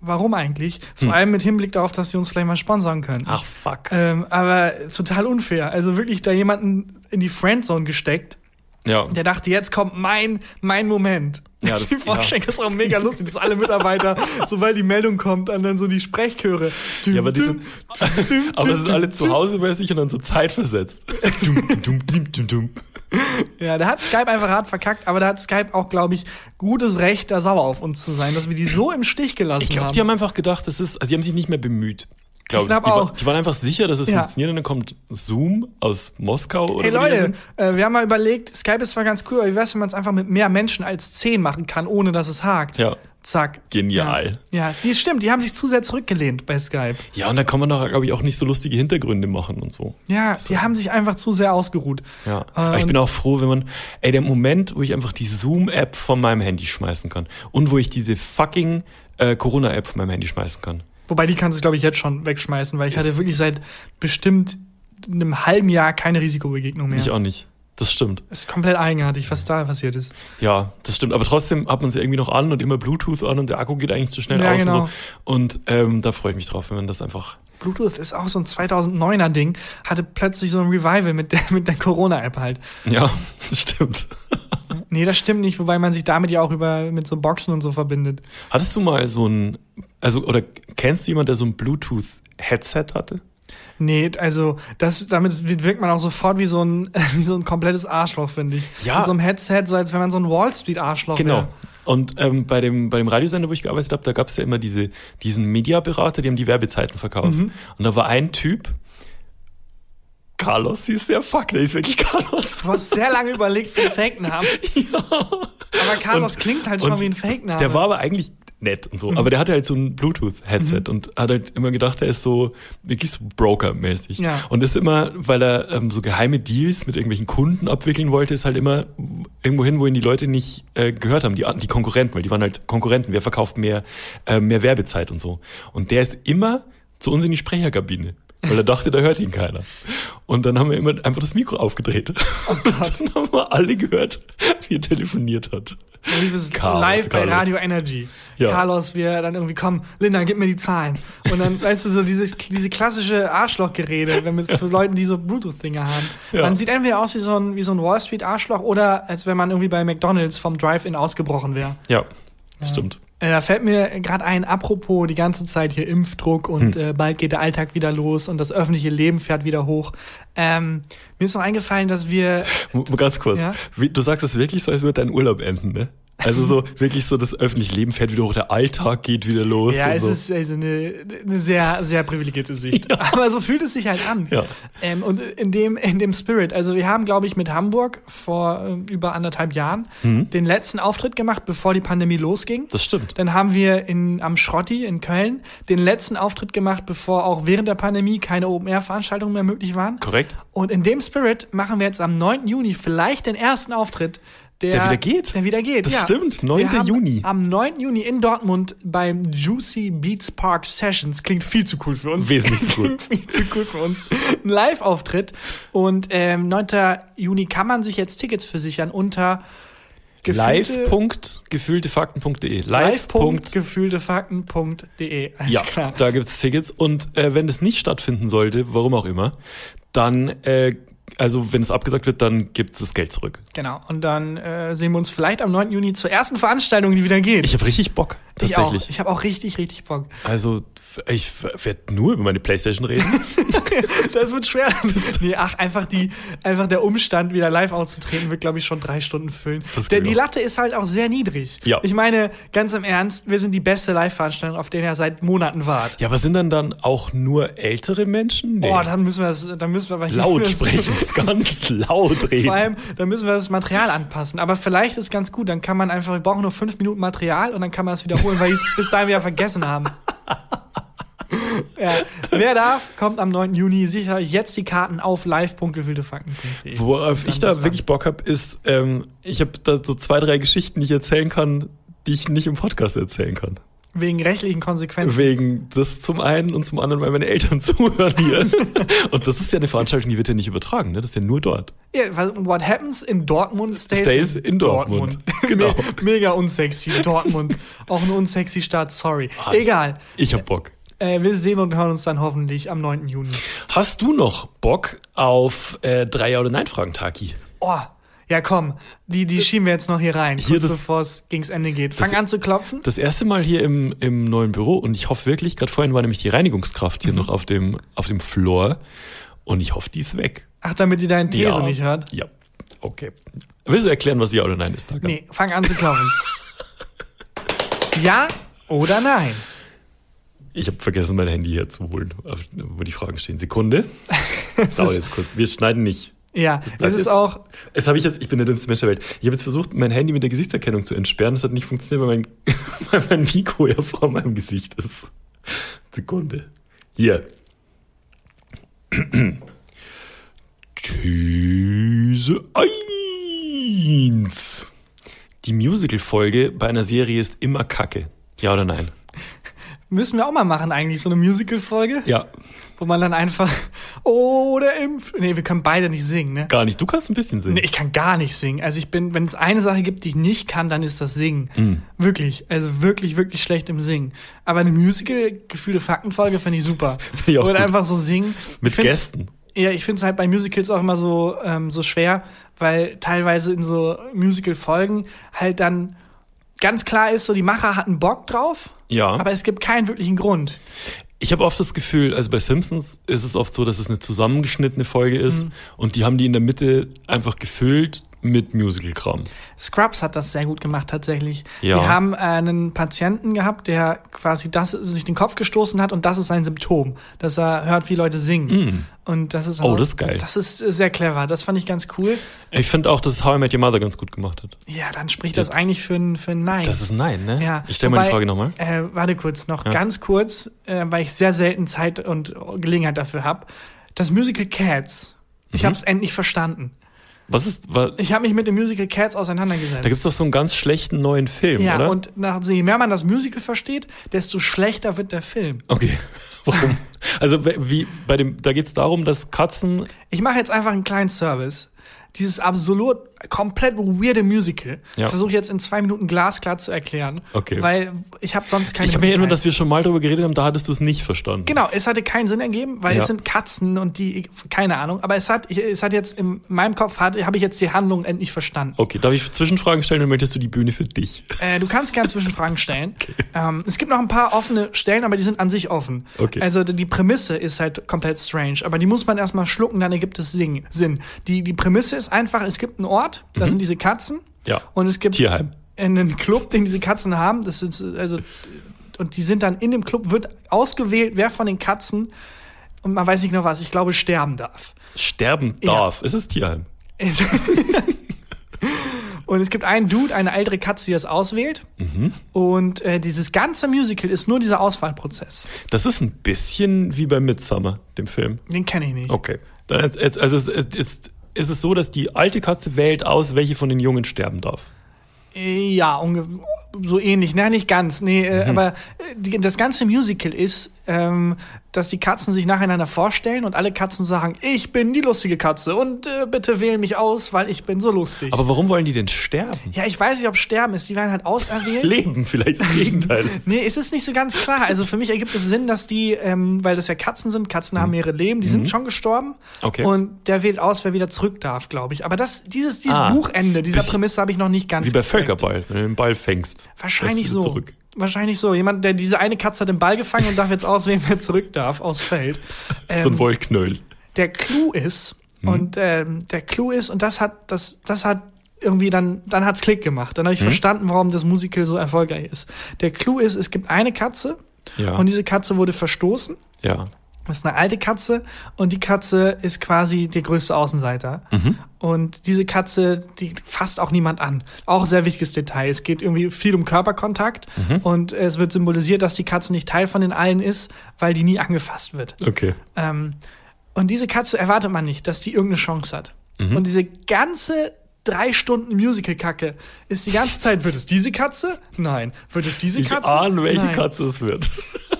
Speaker 1: warum eigentlich? Vor allem mit Hinblick darauf, dass sie uns vielleicht mal sponsern können.
Speaker 2: Hm. Ach fuck.
Speaker 1: Ähm, aber total unfair. Also wirklich da jemanden in die Friendzone gesteckt,
Speaker 2: ja.
Speaker 1: der dachte, jetzt kommt mein, mein Moment.
Speaker 2: Ja, das-
Speaker 1: die Vorstellung ist auch mega lustig, dass alle Mitarbeiter, sobald die Meldung kommt, und dann so die Sprechchöre.
Speaker 2: Ja, aber die sind- Aber es
Speaker 1: das
Speaker 2: sind alle zu Hause mäßig und dann so zeitversetzt. Dum, dum, dum, dum, dum.
Speaker 1: Ja, da hat Skype einfach hart verkackt, aber da hat Skype auch, glaube ich, gutes Recht, da sauer auf uns zu sein, dass wir die so im Stich gelassen
Speaker 2: Ich glaube,
Speaker 1: haben.
Speaker 2: die haben einfach gedacht, das ist, also die haben sich nicht mehr bemüht. Glaub
Speaker 1: Ich glaub
Speaker 2: die, wa-
Speaker 1: auch.
Speaker 2: die waren einfach sicher, dass es
Speaker 1: Ja.
Speaker 2: funktioniert und dann kommt Zoom aus Moskau oder
Speaker 1: Hey
Speaker 2: wo die
Speaker 1: Leute,
Speaker 2: sind.
Speaker 1: äh, wir haben mal überlegt, Skype ist zwar ganz cool, aber wie wär's, wenn man es einfach mit mehr Menschen als 10 machen kann, ohne dass es hakt?
Speaker 2: Ja.
Speaker 1: Zack.
Speaker 2: Genial.
Speaker 1: Ja, ja die stimmt, die haben sich zu sehr zurückgelehnt bei Skype.
Speaker 2: Ja, und da kann man doch, glaube ich, auch nicht so lustige Hintergründe machen und so.
Speaker 1: Ja, die haben sich einfach zu sehr ausgeruht.
Speaker 2: Ja.
Speaker 1: Äh,
Speaker 2: Aber ich bin auch froh, wenn man, ey, der Moment, wo ich einfach die Zoom-App von meinem Handy schmeißen kann und wo ich diese fucking äh, Corona-App von meinem Handy schmeißen kann.
Speaker 1: wobei die kannst du, glaube ich, jetzt schon wegschmeißen, weil ich hatte wirklich seit bestimmt einem halben Jahr keine Risikobegegnung mehr.
Speaker 2: Ich auch nicht. Das stimmt.
Speaker 1: Ist komplett eigenartig, was da passiert ist.
Speaker 2: Ja, das stimmt. Aber trotzdem hat man sie irgendwie noch an und immer Bluetooth an und der Akku geht eigentlich zu schnell
Speaker 1: Ja,
Speaker 2: aus
Speaker 1: genau.
Speaker 2: und so. Und ähm, da freue ich mich drauf, wenn man das einfach.
Speaker 1: Bluetooth ist auch so ein 2009er Ding, hatte plötzlich so ein Revival mit der, mit der Corona-App halt.
Speaker 2: Ja, das stimmt.
Speaker 1: Nee, das stimmt nicht, wobei man sich damit ja auch über, mit so Boxen und so verbindet.
Speaker 2: Hattest du mal so ein, also oder kennst du jemanden, der so ein Bluetooth-Headset hatte?
Speaker 1: Nee, also das, damit wirkt man auch sofort wie so ein, wie so ein komplettes Arschloch, finde ich.
Speaker 2: Ja.
Speaker 1: Mit so einem Headset, so als wenn man so ein Wall Street-Arschloch
Speaker 2: Genau.
Speaker 1: Wär.
Speaker 2: Und ähm, bei, dem, bei dem Radiosender, wo ich gearbeitet habe, da gab es ja immer diese, diesen Mediaberater, die haben die Werbezeiten verkauft. Und da war ein Typ, Carlos hieß der, fuck, der ist wirklich Carlos.
Speaker 1: Du hast sehr lange überlegt, wie einen Fake-Namen. Aber Carlos
Speaker 2: Und-
Speaker 1: klingt halt schon
Speaker 2: und
Speaker 1: wie ein Fake-Name.
Speaker 2: Der war aber eigentlich nett und so, aber der hatte halt so ein Bluetooth-Headset
Speaker 1: Mhm.
Speaker 2: und hat halt immer gedacht, er ist so wirklich so Broker-mäßig.
Speaker 1: Ja.
Speaker 2: Und ist immer, weil er ähm, so geheime Deals mit irgendwelchen Kunden abwickeln wollte, ist halt immer irgendwo hin, wohin die Leute nicht äh, gehört haben, die, die Konkurrenten, weil die waren halt Konkurrenten, wer verkauft mehr, äh, mehr Werbezeit und so. Und der ist immer zu uns in die Sprecherkabine. Weil er dachte, da hört ihn keiner. Und dann haben wir immer einfach das Mikro aufgedreht.
Speaker 1: Oh
Speaker 2: und dann haben wir alle gehört, wie er telefoniert hat.
Speaker 1: Liebes
Speaker 2: Carlos,
Speaker 1: live bei
Speaker 2: Carlos.
Speaker 1: Radio Energy.
Speaker 2: Ja.
Speaker 1: Carlos, wir dann irgendwie kommen, Linda, gib mir die Zahlen. Und dann, weißt du, so diese, diese klassische Arschlochgerede, wenn mit für Leuten, die so Bluetooth-Dinger haben.
Speaker 2: Ja.
Speaker 1: Man sieht entweder aus wie so ein, wie so ein Wall Street-Arschloch oder als wenn man irgendwie bei McDonalds vom Drive-In ausgebrochen wäre.
Speaker 2: Ja, das stimmt.
Speaker 1: Äh, Da fällt mir gerade ein, apropos die ganze Zeit hier Impfdruck und
Speaker 2: Hm.
Speaker 1: äh, bald geht der Alltag wieder los und das öffentliche Leben fährt wieder hoch. Ähm, mir ist noch eingefallen, dass wir
Speaker 2: M- Ganz kurz.
Speaker 1: Ja?
Speaker 2: Wie- Du sagst es wirklich so, als würde dein Urlaub enden, ne? Also so wirklich so, das öffentliche Leben fährt wieder hoch, der Alltag geht wieder los.
Speaker 1: Ja,
Speaker 2: und
Speaker 1: es
Speaker 2: so.
Speaker 1: ist also eine, eine sehr, sehr privilegierte Sicht. Aber so fühlt es sich halt an.
Speaker 2: Ja.
Speaker 1: Ähm, und in dem, in dem Spirit, also wir haben, glaube ich, mit Hamburg vor äh, über anderthalb Jahren den letzten Auftritt gemacht, bevor die Pandemie losging.
Speaker 2: Hm. Das stimmt.
Speaker 1: Dann haben wir in, am Schrotti in Köln den letzten Auftritt gemacht, bevor auch während der Pandemie keine Open-Air-Veranstaltungen mehr möglich waren.
Speaker 2: Korrekt.
Speaker 1: Und in dem Spirit machen wir jetzt am 9. Juni vielleicht den ersten Auftritt, der,
Speaker 2: Der wieder geht.
Speaker 1: Der wieder geht.
Speaker 2: Das
Speaker 1: ja.
Speaker 2: stimmt, 9.
Speaker 1: Wir haben
Speaker 2: Juni.
Speaker 1: Am 9. Juni in Dortmund beim Juicy Beats Park Sessions. Klingt viel zu cool für uns.
Speaker 2: Wesentlich zu cool.
Speaker 1: Klingt viel zu cool für uns. Ein Live-Auftritt. Und ähm, 9. Juni kann man sich jetzt Tickets für sichern unter
Speaker 2: Live.gefühltefakten.de. Live.
Speaker 1: live.gefühltefakten.de. E. Alles
Speaker 2: Ja,
Speaker 1: klar.
Speaker 2: da gibt es Tickets. Und äh, wenn das nicht stattfinden sollte, warum auch immer, dann, äh, also wenn es abgesagt wird, dann gibt es das Geld zurück.
Speaker 1: Genau. Und dann äh, sehen wir uns vielleicht am 9. Juni zur ersten Veranstaltung, die wieder geht.
Speaker 2: Ich habe richtig Bock,
Speaker 1: ich auch.
Speaker 2: tatsächlich.
Speaker 1: Ich habe auch richtig, richtig Bock.
Speaker 2: Also, ich werde nur über meine Playstation reden.
Speaker 1: Das wird schwer. nee, ach, einfach die, einfach der Umstand, wieder live aufzutreten, wird, glaube ich, schon drei Stunden füllen.
Speaker 2: Das
Speaker 1: Der,
Speaker 2: glaub ich
Speaker 1: die
Speaker 2: auch.
Speaker 1: Latte ist halt auch sehr niedrig.
Speaker 2: Ja.
Speaker 1: Ich meine, ganz im Ernst, wir sind die beste Live-Veranstaltung, auf der ihr seit Monaten wart.
Speaker 2: ja, aber sind dann dann auch nur ältere Menschen? Nee.
Speaker 1: Oh, dann müssen wir das, dann müssen wir aber hier
Speaker 2: laut
Speaker 1: das-
Speaker 2: sprechen, ganz laut reden.
Speaker 1: Vor allem, da müssen wir das Material anpassen. Aber vielleicht ist ganz gut, dann kann man einfach, wir brauchen nur fünf Minuten Material und dann kann man es wiederholen, weil die es bis dahin wieder vergessen haben. ja. Wer darf, kommt am 9. Juni sicher jetzt die Karten auf live.gewildefakten.de.
Speaker 2: Worauf
Speaker 1: Dann
Speaker 2: ich da
Speaker 1: bis dann.
Speaker 2: wirklich Bock habe, ist, ähm, ich habe da so zwei, drei Geschichten, die ich erzählen kann, die ich nicht im Podcast erzählen kann.
Speaker 1: Wegen rechtlichen Konsequenzen.
Speaker 2: Wegen das zum einen und zum anderen, weil meine Eltern zuhören hier. und das ist ja eine Veranstaltung, die wird ja nicht übertragen, ne? Das ist ja nur dort.
Speaker 1: Ja, was- What happens in Dortmund stays,
Speaker 2: Stays in Dortmund.
Speaker 1: genau.
Speaker 2: Genau.
Speaker 1: Mega unsexy. Dortmund. Auch eine unsexy Stadt, sorry.
Speaker 2: Ah,
Speaker 1: Egal.
Speaker 2: Ich hab Bock.
Speaker 1: Äh, wir sehen und hören uns dann hoffentlich am 9. Juni.
Speaker 2: Hast du noch Bock auf äh, drei Ja oder Nein Fragen, Taki?
Speaker 1: Oh, ja komm, die, die schieben wir jetzt noch hier rein,
Speaker 2: Hier
Speaker 1: kurz
Speaker 2: das-
Speaker 1: bevor es gegens Ende geht. Fang
Speaker 2: das-
Speaker 1: an zu klopfen.
Speaker 2: Das erste Mal hier im, im neuen Büro und ich hoffe wirklich, gerade vorhin war nämlich die Reinigungskraft hier noch auf dem, auf dem Floor und ich hoffe, die ist weg.
Speaker 1: Ach, damit die deine These nicht hört.
Speaker 2: Ja, okay. Willst du erklären, was Ja oder Nein ist, Taka?
Speaker 1: Nee, fang an zu klopfen. ja oder nein?
Speaker 2: Ich habe vergessen, mein Handy hier zu holen, auf- wo die Fragen stehen. Sekunde.
Speaker 1: Es
Speaker 2: Dauert
Speaker 1: ist,
Speaker 2: jetzt kurz. Wir schneiden nicht.
Speaker 1: ja, es
Speaker 2: bleibt
Speaker 1: ist
Speaker 2: jetzt.
Speaker 1: auch,
Speaker 2: Jetzt habe ich jetzt, ich bin der dümmste Mensch der Welt. Ich habe jetzt versucht, mein Handy mit der Gesichtserkennung zu entsperren. Das hat nicht funktioniert, weil mein, weil mein Mikro ja vor meinem Gesicht ist. Sekunde. Hier. These 1. Die Musical-Folge bei einer Serie ist immer kacke. Ja oder nein?
Speaker 1: müssen wir auch mal machen eigentlich, so eine Musical-Folge,
Speaker 2: Ja.
Speaker 1: wo man dann einfach, oh, der Impf... Nee, wir können beide nicht singen, ne?
Speaker 2: Gar nicht. Du kannst ein bisschen singen.
Speaker 1: Nee, ich kann gar nicht singen. Also ich bin, wenn es eine Sache gibt, die ich nicht kann, dann ist das Singen.
Speaker 2: Mhm.
Speaker 1: Wirklich, also wirklich, wirklich schlecht im Singen. Aber eine Musical-gefühlte Faktenfolge finde ich super.
Speaker 2: ich auch
Speaker 1: Oder
Speaker 2: gut.
Speaker 1: einfach so singen.
Speaker 2: Mit
Speaker 1: Ich find's-
Speaker 2: Gästen.
Speaker 1: Ja, ich finde es halt bei Musicals auch immer so, ähm, so schwer, weil teilweise in so Musical-Folgen halt dann ganz klar ist, so die Macher hatten Bock drauf,
Speaker 2: Ja.
Speaker 1: aber es gibt keinen wirklichen Grund.
Speaker 2: Ich habe oft das Gefühl, also bei Simpsons ist es oft so, dass es eine zusammengeschnittene Folge ist und die haben die in der Mitte einfach gefüllt mit Musical-Kram.
Speaker 1: Scrubs hat das sehr gut gemacht tatsächlich.
Speaker 2: Ja.
Speaker 1: Wir haben äh, einen Patienten gehabt, der quasi das sich den Kopf gestoßen hat und das ist sein Symptom, dass er hört, wie Leute singen. Und das ist
Speaker 2: Oh,
Speaker 1: auch-
Speaker 2: das ist geil.
Speaker 1: Das ist äh, sehr clever. Das fand ich ganz cool.
Speaker 2: Ich finde auch, dass How I Met Your Mother ganz gut gemacht hat.
Speaker 1: Ja, dann spricht das, eigentlich für ein für ein Nein.
Speaker 2: Das ist ein Nein, ne?
Speaker 1: ja,
Speaker 2: Ich stelle mal die
Speaker 1: wobei,
Speaker 2: Frage nochmal.
Speaker 1: Äh, warte kurz, noch ganz kurz, äh, weil ich sehr selten Zeit und Gelegenheit dafür habe. Das Musical Cats. Ich
Speaker 2: Mhm.
Speaker 1: habe es endlich verstanden.
Speaker 2: Was ist, wa- da
Speaker 1: Ich habe mich mit dem Musical Cats auseinandergesetzt.
Speaker 2: gibt's doch so einen ganz schlechten neuen Film,
Speaker 1: Ja,
Speaker 2: oder?
Speaker 1: und nach, je mehr man das Musical versteht, desto schlechter wird der Film.
Speaker 2: okay. Warum? Also we- wie bei dem, da geht's darum, dass Katzen.
Speaker 1: Ich mache jetzt einfach einen kleinen Service. Dieses absolut, komplett weirde Musical
Speaker 2: Ja.
Speaker 1: versuche ich jetzt in zwei Minuten glasklar zu erklären.
Speaker 2: Okay.
Speaker 1: Weil ich habe sonst keine
Speaker 2: Ich habe mir erinnert,
Speaker 1: Möglichkeit.
Speaker 2: dass wir schon mal drüber geredet haben, da hattest du es nicht verstanden.
Speaker 1: Genau, es hatte keinen Sinn ergeben, weil
Speaker 2: Ja.
Speaker 1: es sind Katzen und die, keine Ahnung. Aber es hat, es hat jetzt in meinem Kopf, hat- habe ich jetzt die Handlung endlich verstanden.
Speaker 2: Okay, darf ich Zwischenfragen stellen oder möchtest du die Bühne für dich?
Speaker 1: Äh, du kannst gerne Zwischenfragen stellen. Ähm, es gibt noch ein paar offene Stellen, aber die sind an sich offen.
Speaker 2: Okay.
Speaker 1: Also die die Prämisse ist halt komplett strange, aber die muss man erstmal schlucken, dann ergibt es Sing Sinn. Die, die Prämisse ist einfach, es gibt einen Ort, da sind diese Katzen.
Speaker 2: Mhm. Ja.
Speaker 1: Und es gibt
Speaker 2: Tierheim.
Speaker 1: einen Club, den diese Katzen haben. Das sind also und die sind dann in dem Club wird ausgewählt, wer von den Katzen und man weiß nicht noch was, ich glaube sterben darf.
Speaker 2: Sterben
Speaker 1: Ja.
Speaker 2: darf. Es ist Tierheim.
Speaker 1: Es- Und es gibt einen Dude, eine ältere Katze, die das auswählt. Und äh, dieses ganze Musical ist nur dieser Auswahlprozess.
Speaker 2: Das ist ein bisschen wie bei Midsummer, dem Film.
Speaker 1: Den kenne ich nicht.
Speaker 2: Okay. Dann jetzt, jetzt, also es, jetzt, jetzt ist es so, dass die alte Katze wählt aus, welche von den Jungen sterben darf.
Speaker 1: Äh, Ja, unge so ähnlich. Nein, nicht ganz. Nee, äh, aber äh, die, das ganze Musical ist, ähm, dass die Katzen sich nacheinander vorstellen und alle Katzen sagen, ich bin die lustige Katze und äh, bitte wähl mich aus, weil ich bin so lustig.
Speaker 2: Aber warum wollen die denn sterben?
Speaker 1: ja, ich weiß nicht, ob Sterben ist. Die werden halt auserwählt.
Speaker 2: Leben, vielleicht das Gegenteil.
Speaker 1: Nee, es ist nicht so ganz klar. Also für mich ergibt es Sinn, dass die, ähm, weil das ja Katzen sind, Katzen haben mehrere Leben, die sind schon gestorben.
Speaker 2: Mhm. Okay.
Speaker 1: Und der wählt aus, wer wieder zurück darf, glaube ich. Aber das, dieses, dieses
Speaker 2: Ah.
Speaker 1: Buchende, dieser
Speaker 2: Bisschen-
Speaker 1: Prämisse habe ich noch nicht ganz.
Speaker 2: Wie bei
Speaker 1: gecheckt.
Speaker 2: Völkerball, wenn du den Ball fängst.
Speaker 1: Wahrscheinlich
Speaker 2: Läufst du
Speaker 1: so.
Speaker 2: Zurück.
Speaker 1: Wahrscheinlich so. Jemand, der diese eine Katze hat den Ball gefangen und darf jetzt auswählen, wer zurück darf, aus Feld.
Speaker 2: So ein
Speaker 1: Ähm,
Speaker 2: Wollknöll.
Speaker 1: der Clou ist, und ähm, der Clou ist, und das hat, das, das hat irgendwie dann, dann hat's Klick gemacht. Dann habe ich verstanden, warum das Musical so erfolgreich ist. Der Clou ist, es gibt eine Katze
Speaker 2: Ja.
Speaker 1: und diese Katze wurde verstoßen.
Speaker 2: ja.
Speaker 1: Das ist eine alte Katze und die Katze ist quasi der größte Außenseiter. Und diese Katze, die fasst auch niemand an. Auch sehr wichtiges Detail. Es geht irgendwie viel um Körperkontakt und es wird symbolisiert, dass die Katze nicht Teil von den allen ist, weil die nie angefasst wird.
Speaker 2: Okay.
Speaker 1: Ähm, und diese Katze erwartet man nicht, dass die irgendeine Chance hat.
Speaker 2: Mhm.
Speaker 1: Und diese ganze drei Stunden Musical-Kacke ist die ganze Zeit, wird es diese Katze? Nein. Wird es diese
Speaker 2: Ich
Speaker 1: Katze?
Speaker 2: ahne, welche
Speaker 1: Nein
Speaker 2: Katze es wird.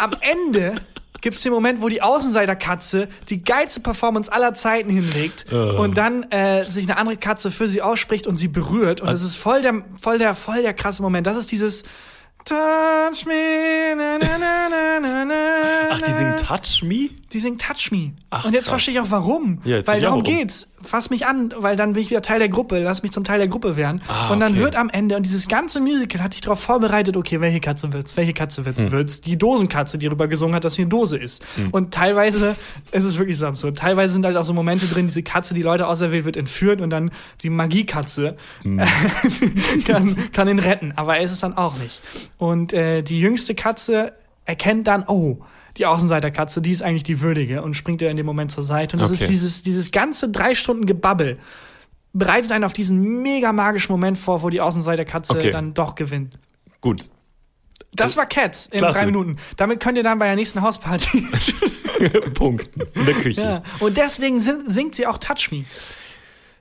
Speaker 1: am Ende gibt's den Moment, wo die Außenseiterkatze die geilste Performance aller Zeiten hinlegt und dann äh, sich eine andere Katze für sie ausspricht und sie berührt. Und das ist voll der, voll der, voll der krasse Moment. Das ist dieses Touch me, na, na, na, na, na, na,
Speaker 2: Ach, die singen Touch Me?
Speaker 1: die singt Touch Me.
Speaker 2: Ach,
Speaker 1: und jetzt
Speaker 2: krass.
Speaker 1: verstehe ich auch warum.
Speaker 2: Ja, jetzt
Speaker 1: weil
Speaker 2: verstehe ich auch
Speaker 1: darum
Speaker 2: warum.
Speaker 1: geht's. Fass mich an, weil dann bin ich wieder Teil der Gruppe. Lass mich zum Teil der Gruppe werden.
Speaker 2: Ah,
Speaker 1: und dann
Speaker 2: okay.
Speaker 1: wird am Ende, und dieses ganze Musical hatte ich darauf vorbereitet, okay, welche Katze wird's? Welche Katze wird's? Wird's die Dosenkatze, die darüber gesungen hat, dass sie eine Dose ist? Und teilweise, es ist wirklich so absurd, teilweise sind halt auch so Momente drin, diese Katze, die Leute auserwählt wird, entführt und dann die Magiekatze kann, kann ihn retten. Aber er ist es dann auch nicht. Und äh, die jüngste Katze erkennt dann, oh, die Außenseiterkatze, die ist eigentlich die würdige und springt ihr in dem Moment zur Seite. Und das
Speaker 2: Okay.
Speaker 1: ist dieses, dieses ganze drei Stunden Gebabbel bereitet einen auf diesen mega magischen Moment vor, wo die Außenseiterkatze
Speaker 2: Okay.
Speaker 1: dann doch gewinnt.
Speaker 2: Gut.
Speaker 1: Das war Cats in
Speaker 2: Klasse.
Speaker 1: drei Minuten. Damit könnt ihr dann bei der nächsten Hausparty.
Speaker 2: Punkten. In der Küche.
Speaker 1: ja. Und deswegen sin- singt sie auch Touch Me.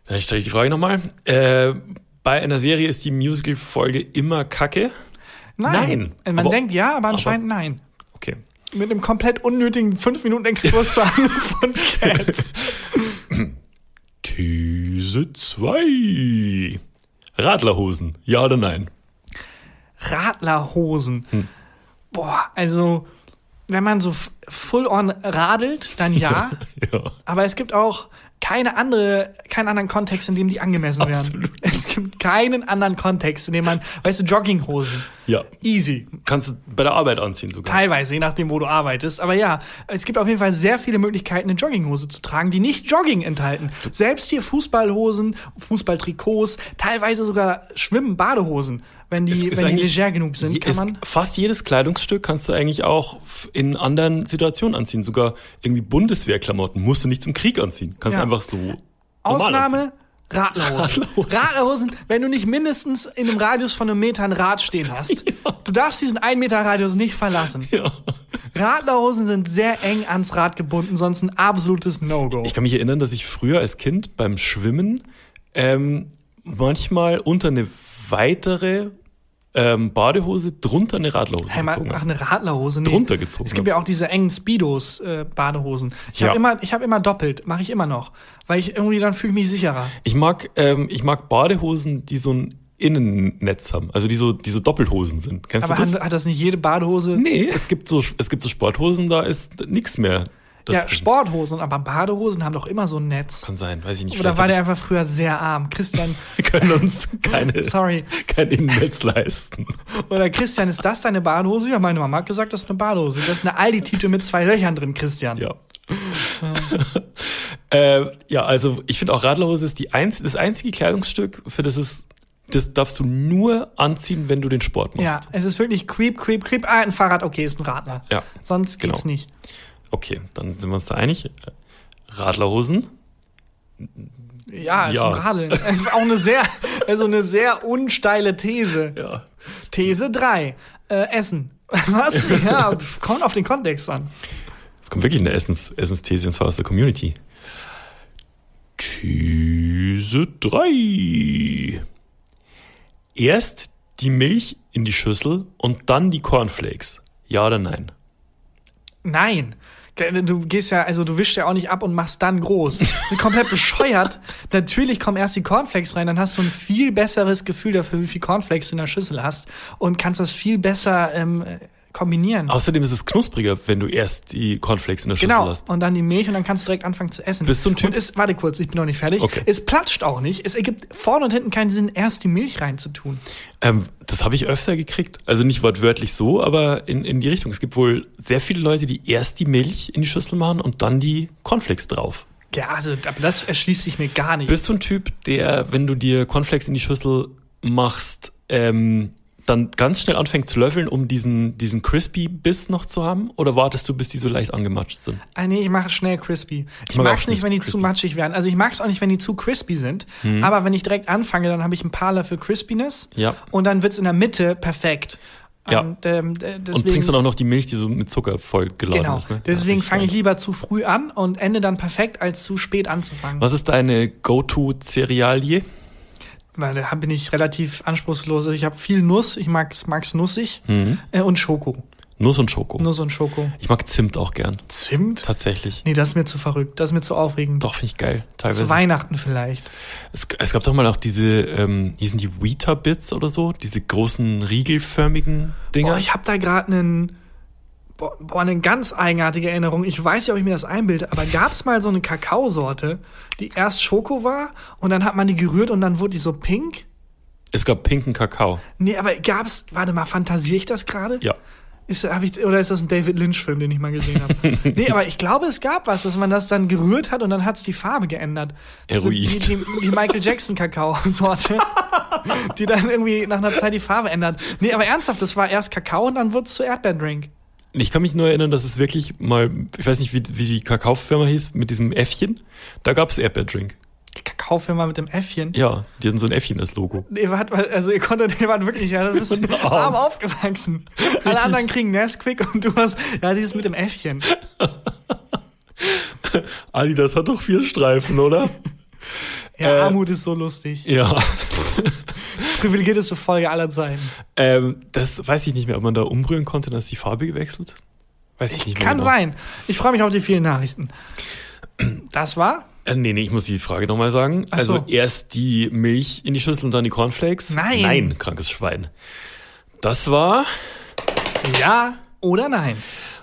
Speaker 2: Dann stelle ich die Frage nochmal. Äh, bei einer Serie ist die Musical-Folge immer kacke.
Speaker 1: Nein.
Speaker 2: Nein.
Speaker 1: Man
Speaker 2: Aber-
Speaker 1: denkt ja, aber anscheinend nein.
Speaker 2: Okay.
Speaker 1: Mit einem komplett unnötigen 5-Minuten-Exkurs von Cats.
Speaker 2: These 2. Radlerhosen. Ja oder nein?
Speaker 1: Radlerhosen.
Speaker 2: Hm.
Speaker 1: Boah, also wenn man so f- full on radelt, dann ja.
Speaker 2: Ja.
Speaker 1: Aber es gibt auch keine andere, keinen anderen Kontext, in dem die angemessen
Speaker 2: Absolut.
Speaker 1: werden. Es gibt keinen anderen Kontext, in dem man, weißt du, Jogginghosen.
Speaker 2: Ja.
Speaker 1: Easy.
Speaker 2: Kannst du bei der Arbeit anziehen sogar.
Speaker 1: Teilweise, je nachdem, wo du arbeitest. Aber ja, es gibt auf jeden Fall sehr viele Möglichkeiten, eine Jogginghose zu tragen, die nicht Jogging enthalten. Selbst hier Fußballhosen, Fußballtrikots, teilweise sogar Schwimmen, Badehosen. Wenn die,
Speaker 2: ist
Speaker 1: wenn die
Speaker 2: eigentlich-
Speaker 1: leger genug sind,
Speaker 2: Je-
Speaker 1: kann
Speaker 2: es-
Speaker 1: man.
Speaker 2: Fast jedes Kleidungsstück kannst du eigentlich auch f- in anderen Situationen anziehen. Sogar irgendwie Bundeswehrklamotten musst du nicht zum Krieg anziehen. Kannst
Speaker 1: Ja.
Speaker 2: einfach so. normal anziehen.
Speaker 1: Ausnahme Radlerhosen.
Speaker 2: Radlerhosen.
Speaker 1: Radlerhosen, wenn du nicht mindestens in einem Radius von einem Meter ein Rad stehen hast. Du darfst diesen 1 Meter Radius nicht verlassen.
Speaker 2: Ja.
Speaker 1: Radlerhosen sind sehr eng ans Rad gebunden, sonst ein absolutes No-Go.
Speaker 2: Ich kann mich erinnern, dass ich früher als Kind beim Schwimmen ähm, manchmal unter eine weitere ähm, Badehose drunter eine Radlerhose
Speaker 1: Hey, mal-
Speaker 2: gezogen
Speaker 1: Ach,
Speaker 2: habe.
Speaker 1: eine Radlerhose. Nee.
Speaker 2: Drunter gezogen.
Speaker 1: Es gibt ja auch diese engen Speedos-Badehosen. ich
Speaker 2: Ja.
Speaker 1: habe immer, ich hab immer doppelt, mache ich immer noch. Weil ich irgendwie dann fühle ich mich sicherer.
Speaker 2: Ich mag, ähm, ich mag Badehosen, die so ein Innennetz haben, also die so, die so Doppelhosen sind. Kennst
Speaker 1: Aber
Speaker 2: du das?
Speaker 1: hat, hat das nicht jede Badehose?
Speaker 2: nee, es gibt so, es gibt so Sporthosen, da ist nichts
Speaker 1: ja,
Speaker 2: mehr. dazwischen.
Speaker 1: Sporthosen, aber Badehosen haben doch immer so ein Netz.
Speaker 2: Kann sein, weiß ich nicht.
Speaker 1: Oder
Speaker 2: vielleicht
Speaker 1: war der
Speaker 2: hab
Speaker 1: einfach früher sehr arm? Christian,
Speaker 2: ich, wir können uns keine,
Speaker 1: sorry.
Speaker 2: kein Innennetz leisten.
Speaker 1: Oder Christian, ist das deine Badehose? Ja, meine Mama hat gesagt, das ist eine Badehose. Das ist eine Aldi-Tüte mit zwei Löchern drin, Christian.
Speaker 2: Ja. äh, ja, also ich finde auch Radlerhose ist die einz das einzige Kleidungsstück, für das es das darfst du nur anziehen, wenn du den Sport
Speaker 1: Ja,
Speaker 2: machst.
Speaker 1: es ist wirklich creep, creep, creep. Ah, ein Fahrrad, okay, ist ein Radler.
Speaker 2: Ja,
Speaker 1: Sonst geht's
Speaker 2: genau.
Speaker 1: nicht.
Speaker 2: Okay, dann sind wir uns da einig. Radlerhosen?
Speaker 1: Ja, ist
Speaker 2: Ja.
Speaker 1: ein Radeln. Es war auch eine sehr, also eine sehr unsteile These.
Speaker 2: Ja.
Speaker 1: These 3. Äh, Essen. Was? Ja, pf, kommt auf den Kontext an.
Speaker 2: Es kommt wirklich eine Essens Essensthese und zwar aus der Community. These 3. Erst die Milch in die Schüssel und dann die Cornflakes. Ja oder nein?
Speaker 1: Nein. Du gehst ja, also du wischst ja auch nicht ab und machst dann groß. Komplett bescheuert. Natürlich kommen erst die Cornflakes rein, dann hast du ein viel besseres Gefühl dafür, wie viel Cornflakes du in der Schüssel hast und kannst das viel besser ähm, kombinieren.
Speaker 2: Außerdem ist es knuspriger, wenn du erst die Cornflakes in der Schüssel
Speaker 1: Genau.
Speaker 2: hast.
Speaker 1: Und dann die Milch und dann kannst du direkt anfangen zu essen.
Speaker 2: Bist du ein Typ?
Speaker 1: Und es, warte kurz, ich bin noch nicht fertig.
Speaker 2: Okay.
Speaker 1: Es platscht auch nicht. Es ergibt vorne und hinten keinen Sinn, erst die Milch reinzutun.
Speaker 2: Ähm, das habe ich öfter gekriegt. Also nicht wortwörtlich so, aber in, in die Richtung. Es gibt wohl sehr viele Leute, die erst die Milch in die Schüssel machen und dann die Cornflakes drauf.
Speaker 1: Ja, also aber das erschließt sich mir gar nicht.
Speaker 2: Bist du ein Typ, der, wenn du dir Cornflakes in die Schüssel machst, ähm, dann ganz schnell anfängt zu löffeln, um diesen, diesen crispy Biss noch zu haben? Oder wartest du, bis die so leicht angematscht sind?
Speaker 1: Ah, nee, ich mache schnell crispy. Ich
Speaker 2: mag
Speaker 1: mag's
Speaker 2: auch
Speaker 1: nicht, wenn die
Speaker 2: crispy. Mhm.
Speaker 1: zu matschig werden. Also ich mag's auch nicht, wenn die zu crispy sind. Aber wenn ich direkt anfange, dann habe ich ein paar Löffel Crispiness.
Speaker 2: Ja.
Speaker 1: Und dann wird's in der Mitte perfekt.
Speaker 2: Ja.
Speaker 1: Und, ähm, d- deswegen,
Speaker 2: Und trinkst dann auch noch die Milch, die so mit Zucker voll geladen
Speaker 1: Genau.
Speaker 2: ist. Ne?
Speaker 1: Deswegen
Speaker 2: Ja,
Speaker 1: fange ich
Speaker 2: echt geil.
Speaker 1: lieber zu früh an und ende dann perfekt, als zu spät anzufangen.
Speaker 2: Was ist deine Go-To-Cerealie?
Speaker 1: Weil da bin ich relativ anspruchslos. Also Ich habe viel Nuss, ich mag's, mag's nussig
Speaker 2: Mhm.
Speaker 1: äh, und Schoko.
Speaker 2: Nuss und Schoko.
Speaker 1: Nuss und Schoko.
Speaker 2: Ich mag Zimt auch gern.
Speaker 1: Zimt?
Speaker 2: Tatsächlich.
Speaker 1: Nee, das ist mir zu verrückt, das ist mir zu aufregend.
Speaker 2: Doch, finde ich geil.
Speaker 1: Zu
Speaker 2: Teilweise.
Speaker 1: Weihnachten vielleicht.
Speaker 2: Es, es gab doch mal auch diese, ähm, hießen die Wheater-Bits oder so? Diese großen riegelförmigen Dinger.
Speaker 1: Boah, Oh, ich habe da gerade einen boah, boah, eine ganz eigenartige Erinnerung. Ich weiß nicht, ob ich mir das einbilde, aber gab es mal so eine Kakaosorte, die erst Schoko war und dann hat man die gerührt und dann wurde die so pink?
Speaker 2: es gab pinken Kakao.
Speaker 1: Nee, aber gab's, warte mal, fantasiere ich das gerade?
Speaker 2: Ja.
Speaker 1: Ist, hab ich, oder ist das ein David Lynch-Film, den ich mal gesehen habe? nee, aber ich glaube, es gab was, dass man das dann gerührt hat und dann hat's die Farbe geändert. Also
Speaker 2: Heroin.
Speaker 1: die, die, die Michael Jackson-Kakao-Sorte, die dann irgendwie nach einer Zeit die Farbe ändert. Nee, aber ernsthaft, das war erst Kakao und dann wurd's zu Erdbeerdrink.
Speaker 2: Ich kann mich nur erinnern, dass es wirklich mal, ich weiß nicht, wie, wie die Kakaofirma hieß, mit diesem Äffchen. Da gab es Erdbeerdrink.
Speaker 1: Kakaofirma mit dem Äffchen.
Speaker 2: Ja, die hatten so ein Äffchen als Logo.
Speaker 1: Ihr wart, also ihr konntet, ihr wart wirklich, ja, du bist
Speaker 2: Und arm.
Speaker 1: arm aufgewachsen. Alle anderen kriegen Nesquik und du hast, ja, dieses mit dem Äffchen.
Speaker 2: Adidas hat doch vier Streifen, oder?
Speaker 1: Ja,
Speaker 2: Äh.
Speaker 1: Armut ist so lustig.
Speaker 2: ja.
Speaker 1: Privilegierteste Folge aller Zeiten.
Speaker 2: Ähm, das weiß ich nicht mehr, ob man da umrühren konnte, dass die Farbe gewechselt. Weiß ich, nicht mehr.
Speaker 1: Kann
Speaker 2: genau.
Speaker 1: sein. Ich freue mich auf die vielen Nachrichten. Das war?
Speaker 2: Äh, nee, nee, ich muss die Frage nochmal sagen.
Speaker 1: Ach so.
Speaker 2: Also erst die Milch in die Schüssel und dann die Cornflakes.
Speaker 1: Nein.
Speaker 2: Nein, krankes Schwein. Das war.
Speaker 1: Ja oder nein?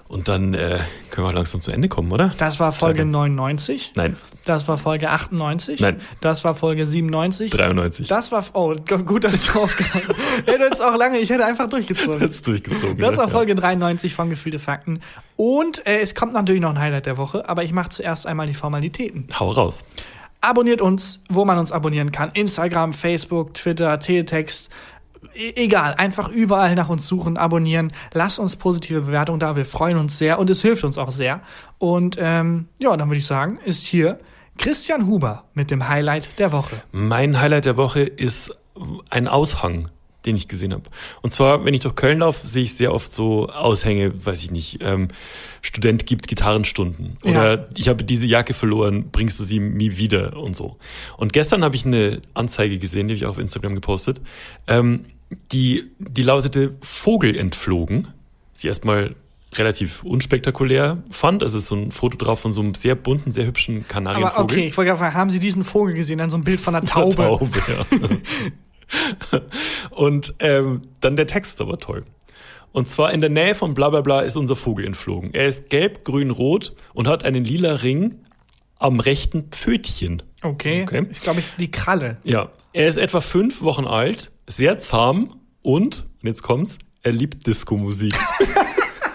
Speaker 2: Und dann äh, können wir langsam zum Ende kommen, oder?
Speaker 1: Das war Folge
Speaker 2: Danke.
Speaker 1: 99.
Speaker 2: Nein,
Speaker 1: Das war Folge 98.
Speaker 2: Nein.
Speaker 1: Das war Folge 97.
Speaker 2: 93.
Speaker 1: Das war, oh, gut, dass du aufgehört hast. Hätte jetzt auch lange, ich hätte einfach durchgezogen.
Speaker 2: Jetzt durchgezogen.
Speaker 1: Das
Speaker 2: ne?
Speaker 1: war
Speaker 2: Ja.
Speaker 1: Folge 93 von Gefühlte Fakten. Und äh, es kommt natürlich noch ein Highlight der Woche, aber ich mache zuerst einmal die Formalitäten.
Speaker 2: Hau raus.
Speaker 1: Abonniert uns, wo man uns abonnieren kann. Instagram, Facebook, Twitter, Teletext. E egal, einfach überall nach uns suchen, abonnieren. Lasst uns positive Bewertungen da. Wir freuen uns sehr und es hilft uns auch sehr. Und ähm, ja, dann würde ich sagen, ist hier Christian Huber mit dem Highlight der Woche.
Speaker 2: Mein Highlight der Woche ist ein Aushang, den ich gesehen habe. Und zwar, wenn ich durch Köln laufe, sehe ich sehr oft so Aushänge, weiß ich nicht, ähm, Student gibt Gitarrenstunden oder ich habe diese Jacke verloren, bringst du sie mir wieder und so. Und gestern habe ich eine Anzeige gesehen, die habe ich auf Instagram gepostet, ähm, die, die lautete Vogel entflogen. Sie erstmal relativ unspektakulär fand. Also es ist so ein Foto drauf von so einem sehr bunten, sehr hübschen Kanarienvogel.
Speaker 1: Aber okay, ich wollte gerade fragen, haben Sie diesen Vogel gesehen? Dann so ein Bild von einer Taube.
Speaker 2: Taube, ja. Und ähm, dann der Text ist aber toll. Und zwar in der Nähe von Blablabla ist unser Vogel entflogen. Er ist gelb, grün, rot und hat einen lila Ring am rechten Pfötchen.
Speaker 1: Okay.
Speaker 2: Okay.
Speaker 1: Ich glaube, ich, die Kralle.
Speaker 2: Ja, er ist etwa fünf Wochen alt, sehr zahm und, und jetzt kommt's, er liebt Disco-Musik.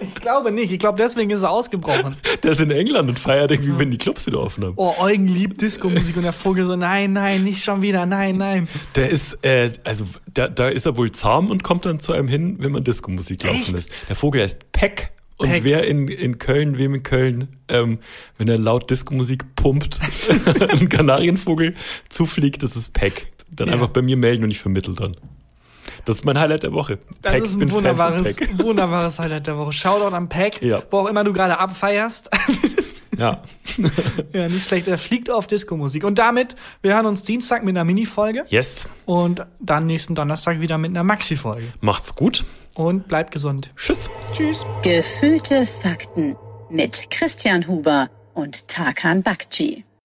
Speaker 1: Ich glaube nicht. Ich glaube, deswegen ist er ausgebrochen.
Speaker 2: der ist in England und feiert irgendwie, wenn die Clubs wieder offen haben.
Speaker 1: Oh, Eugen liebt Disco-Musik und der Vogel so, nein, nein, nicht schon wieder, nein, nein.
Speaker 2: Der ist, äh, also da, da ist er wohl zahm und kommt dann zu einem hin, wenn man Disco-Musik laufen
Speaker 1: Echt?
Speaker 2: lässt. Der Vogel heißt Peck. Und
Speaker 1: Peck.
Speaker 2: wer in, in Köln, wem in Köln, ähm, wenn er laut Disco-Musik pumpt, ein Kanarienvogel zufliegt, das ist Peck. Dann
Speaker 1: Ja.
Speaker 2: einfach bei mir melden und ich vermittel dann. Das ist mein Highlight der Woche.
Speaker 1: Das
Speaker 2: Peck,
Speaker 1: ist
Speaker 2: ich
Speaker 1: ein
Speaker 2: bin Fan von
Speaker 1: wunderbares,
Speaker 2: Peck.
Speaker 1: wunderbares Highlight der Woche. Shoutout am Pack,
Speaker 2: Ja.
Speaker 1: wo auch immer du gerade abfeierst.
Speaker 2: Ja,
Speaker 1: ja, nicht schlecht, er fliegt auf Disco-Musik. Und damit, wir hören uns Dienstag mit einer Mini-Folge
Speaker 2: yes,
Speaker 1: und dann nächsten Donnerstag wieder mit einer Maxi-Folge.
Speaker 2: macht's gut.
Speaker 1: und bleibt gesund.
Speaker 2: Tschüss.
Speaker 1: Tschüss.
Speaker 3: Gefühlte Fakten mit Christian Huber und Tarkan Bakci.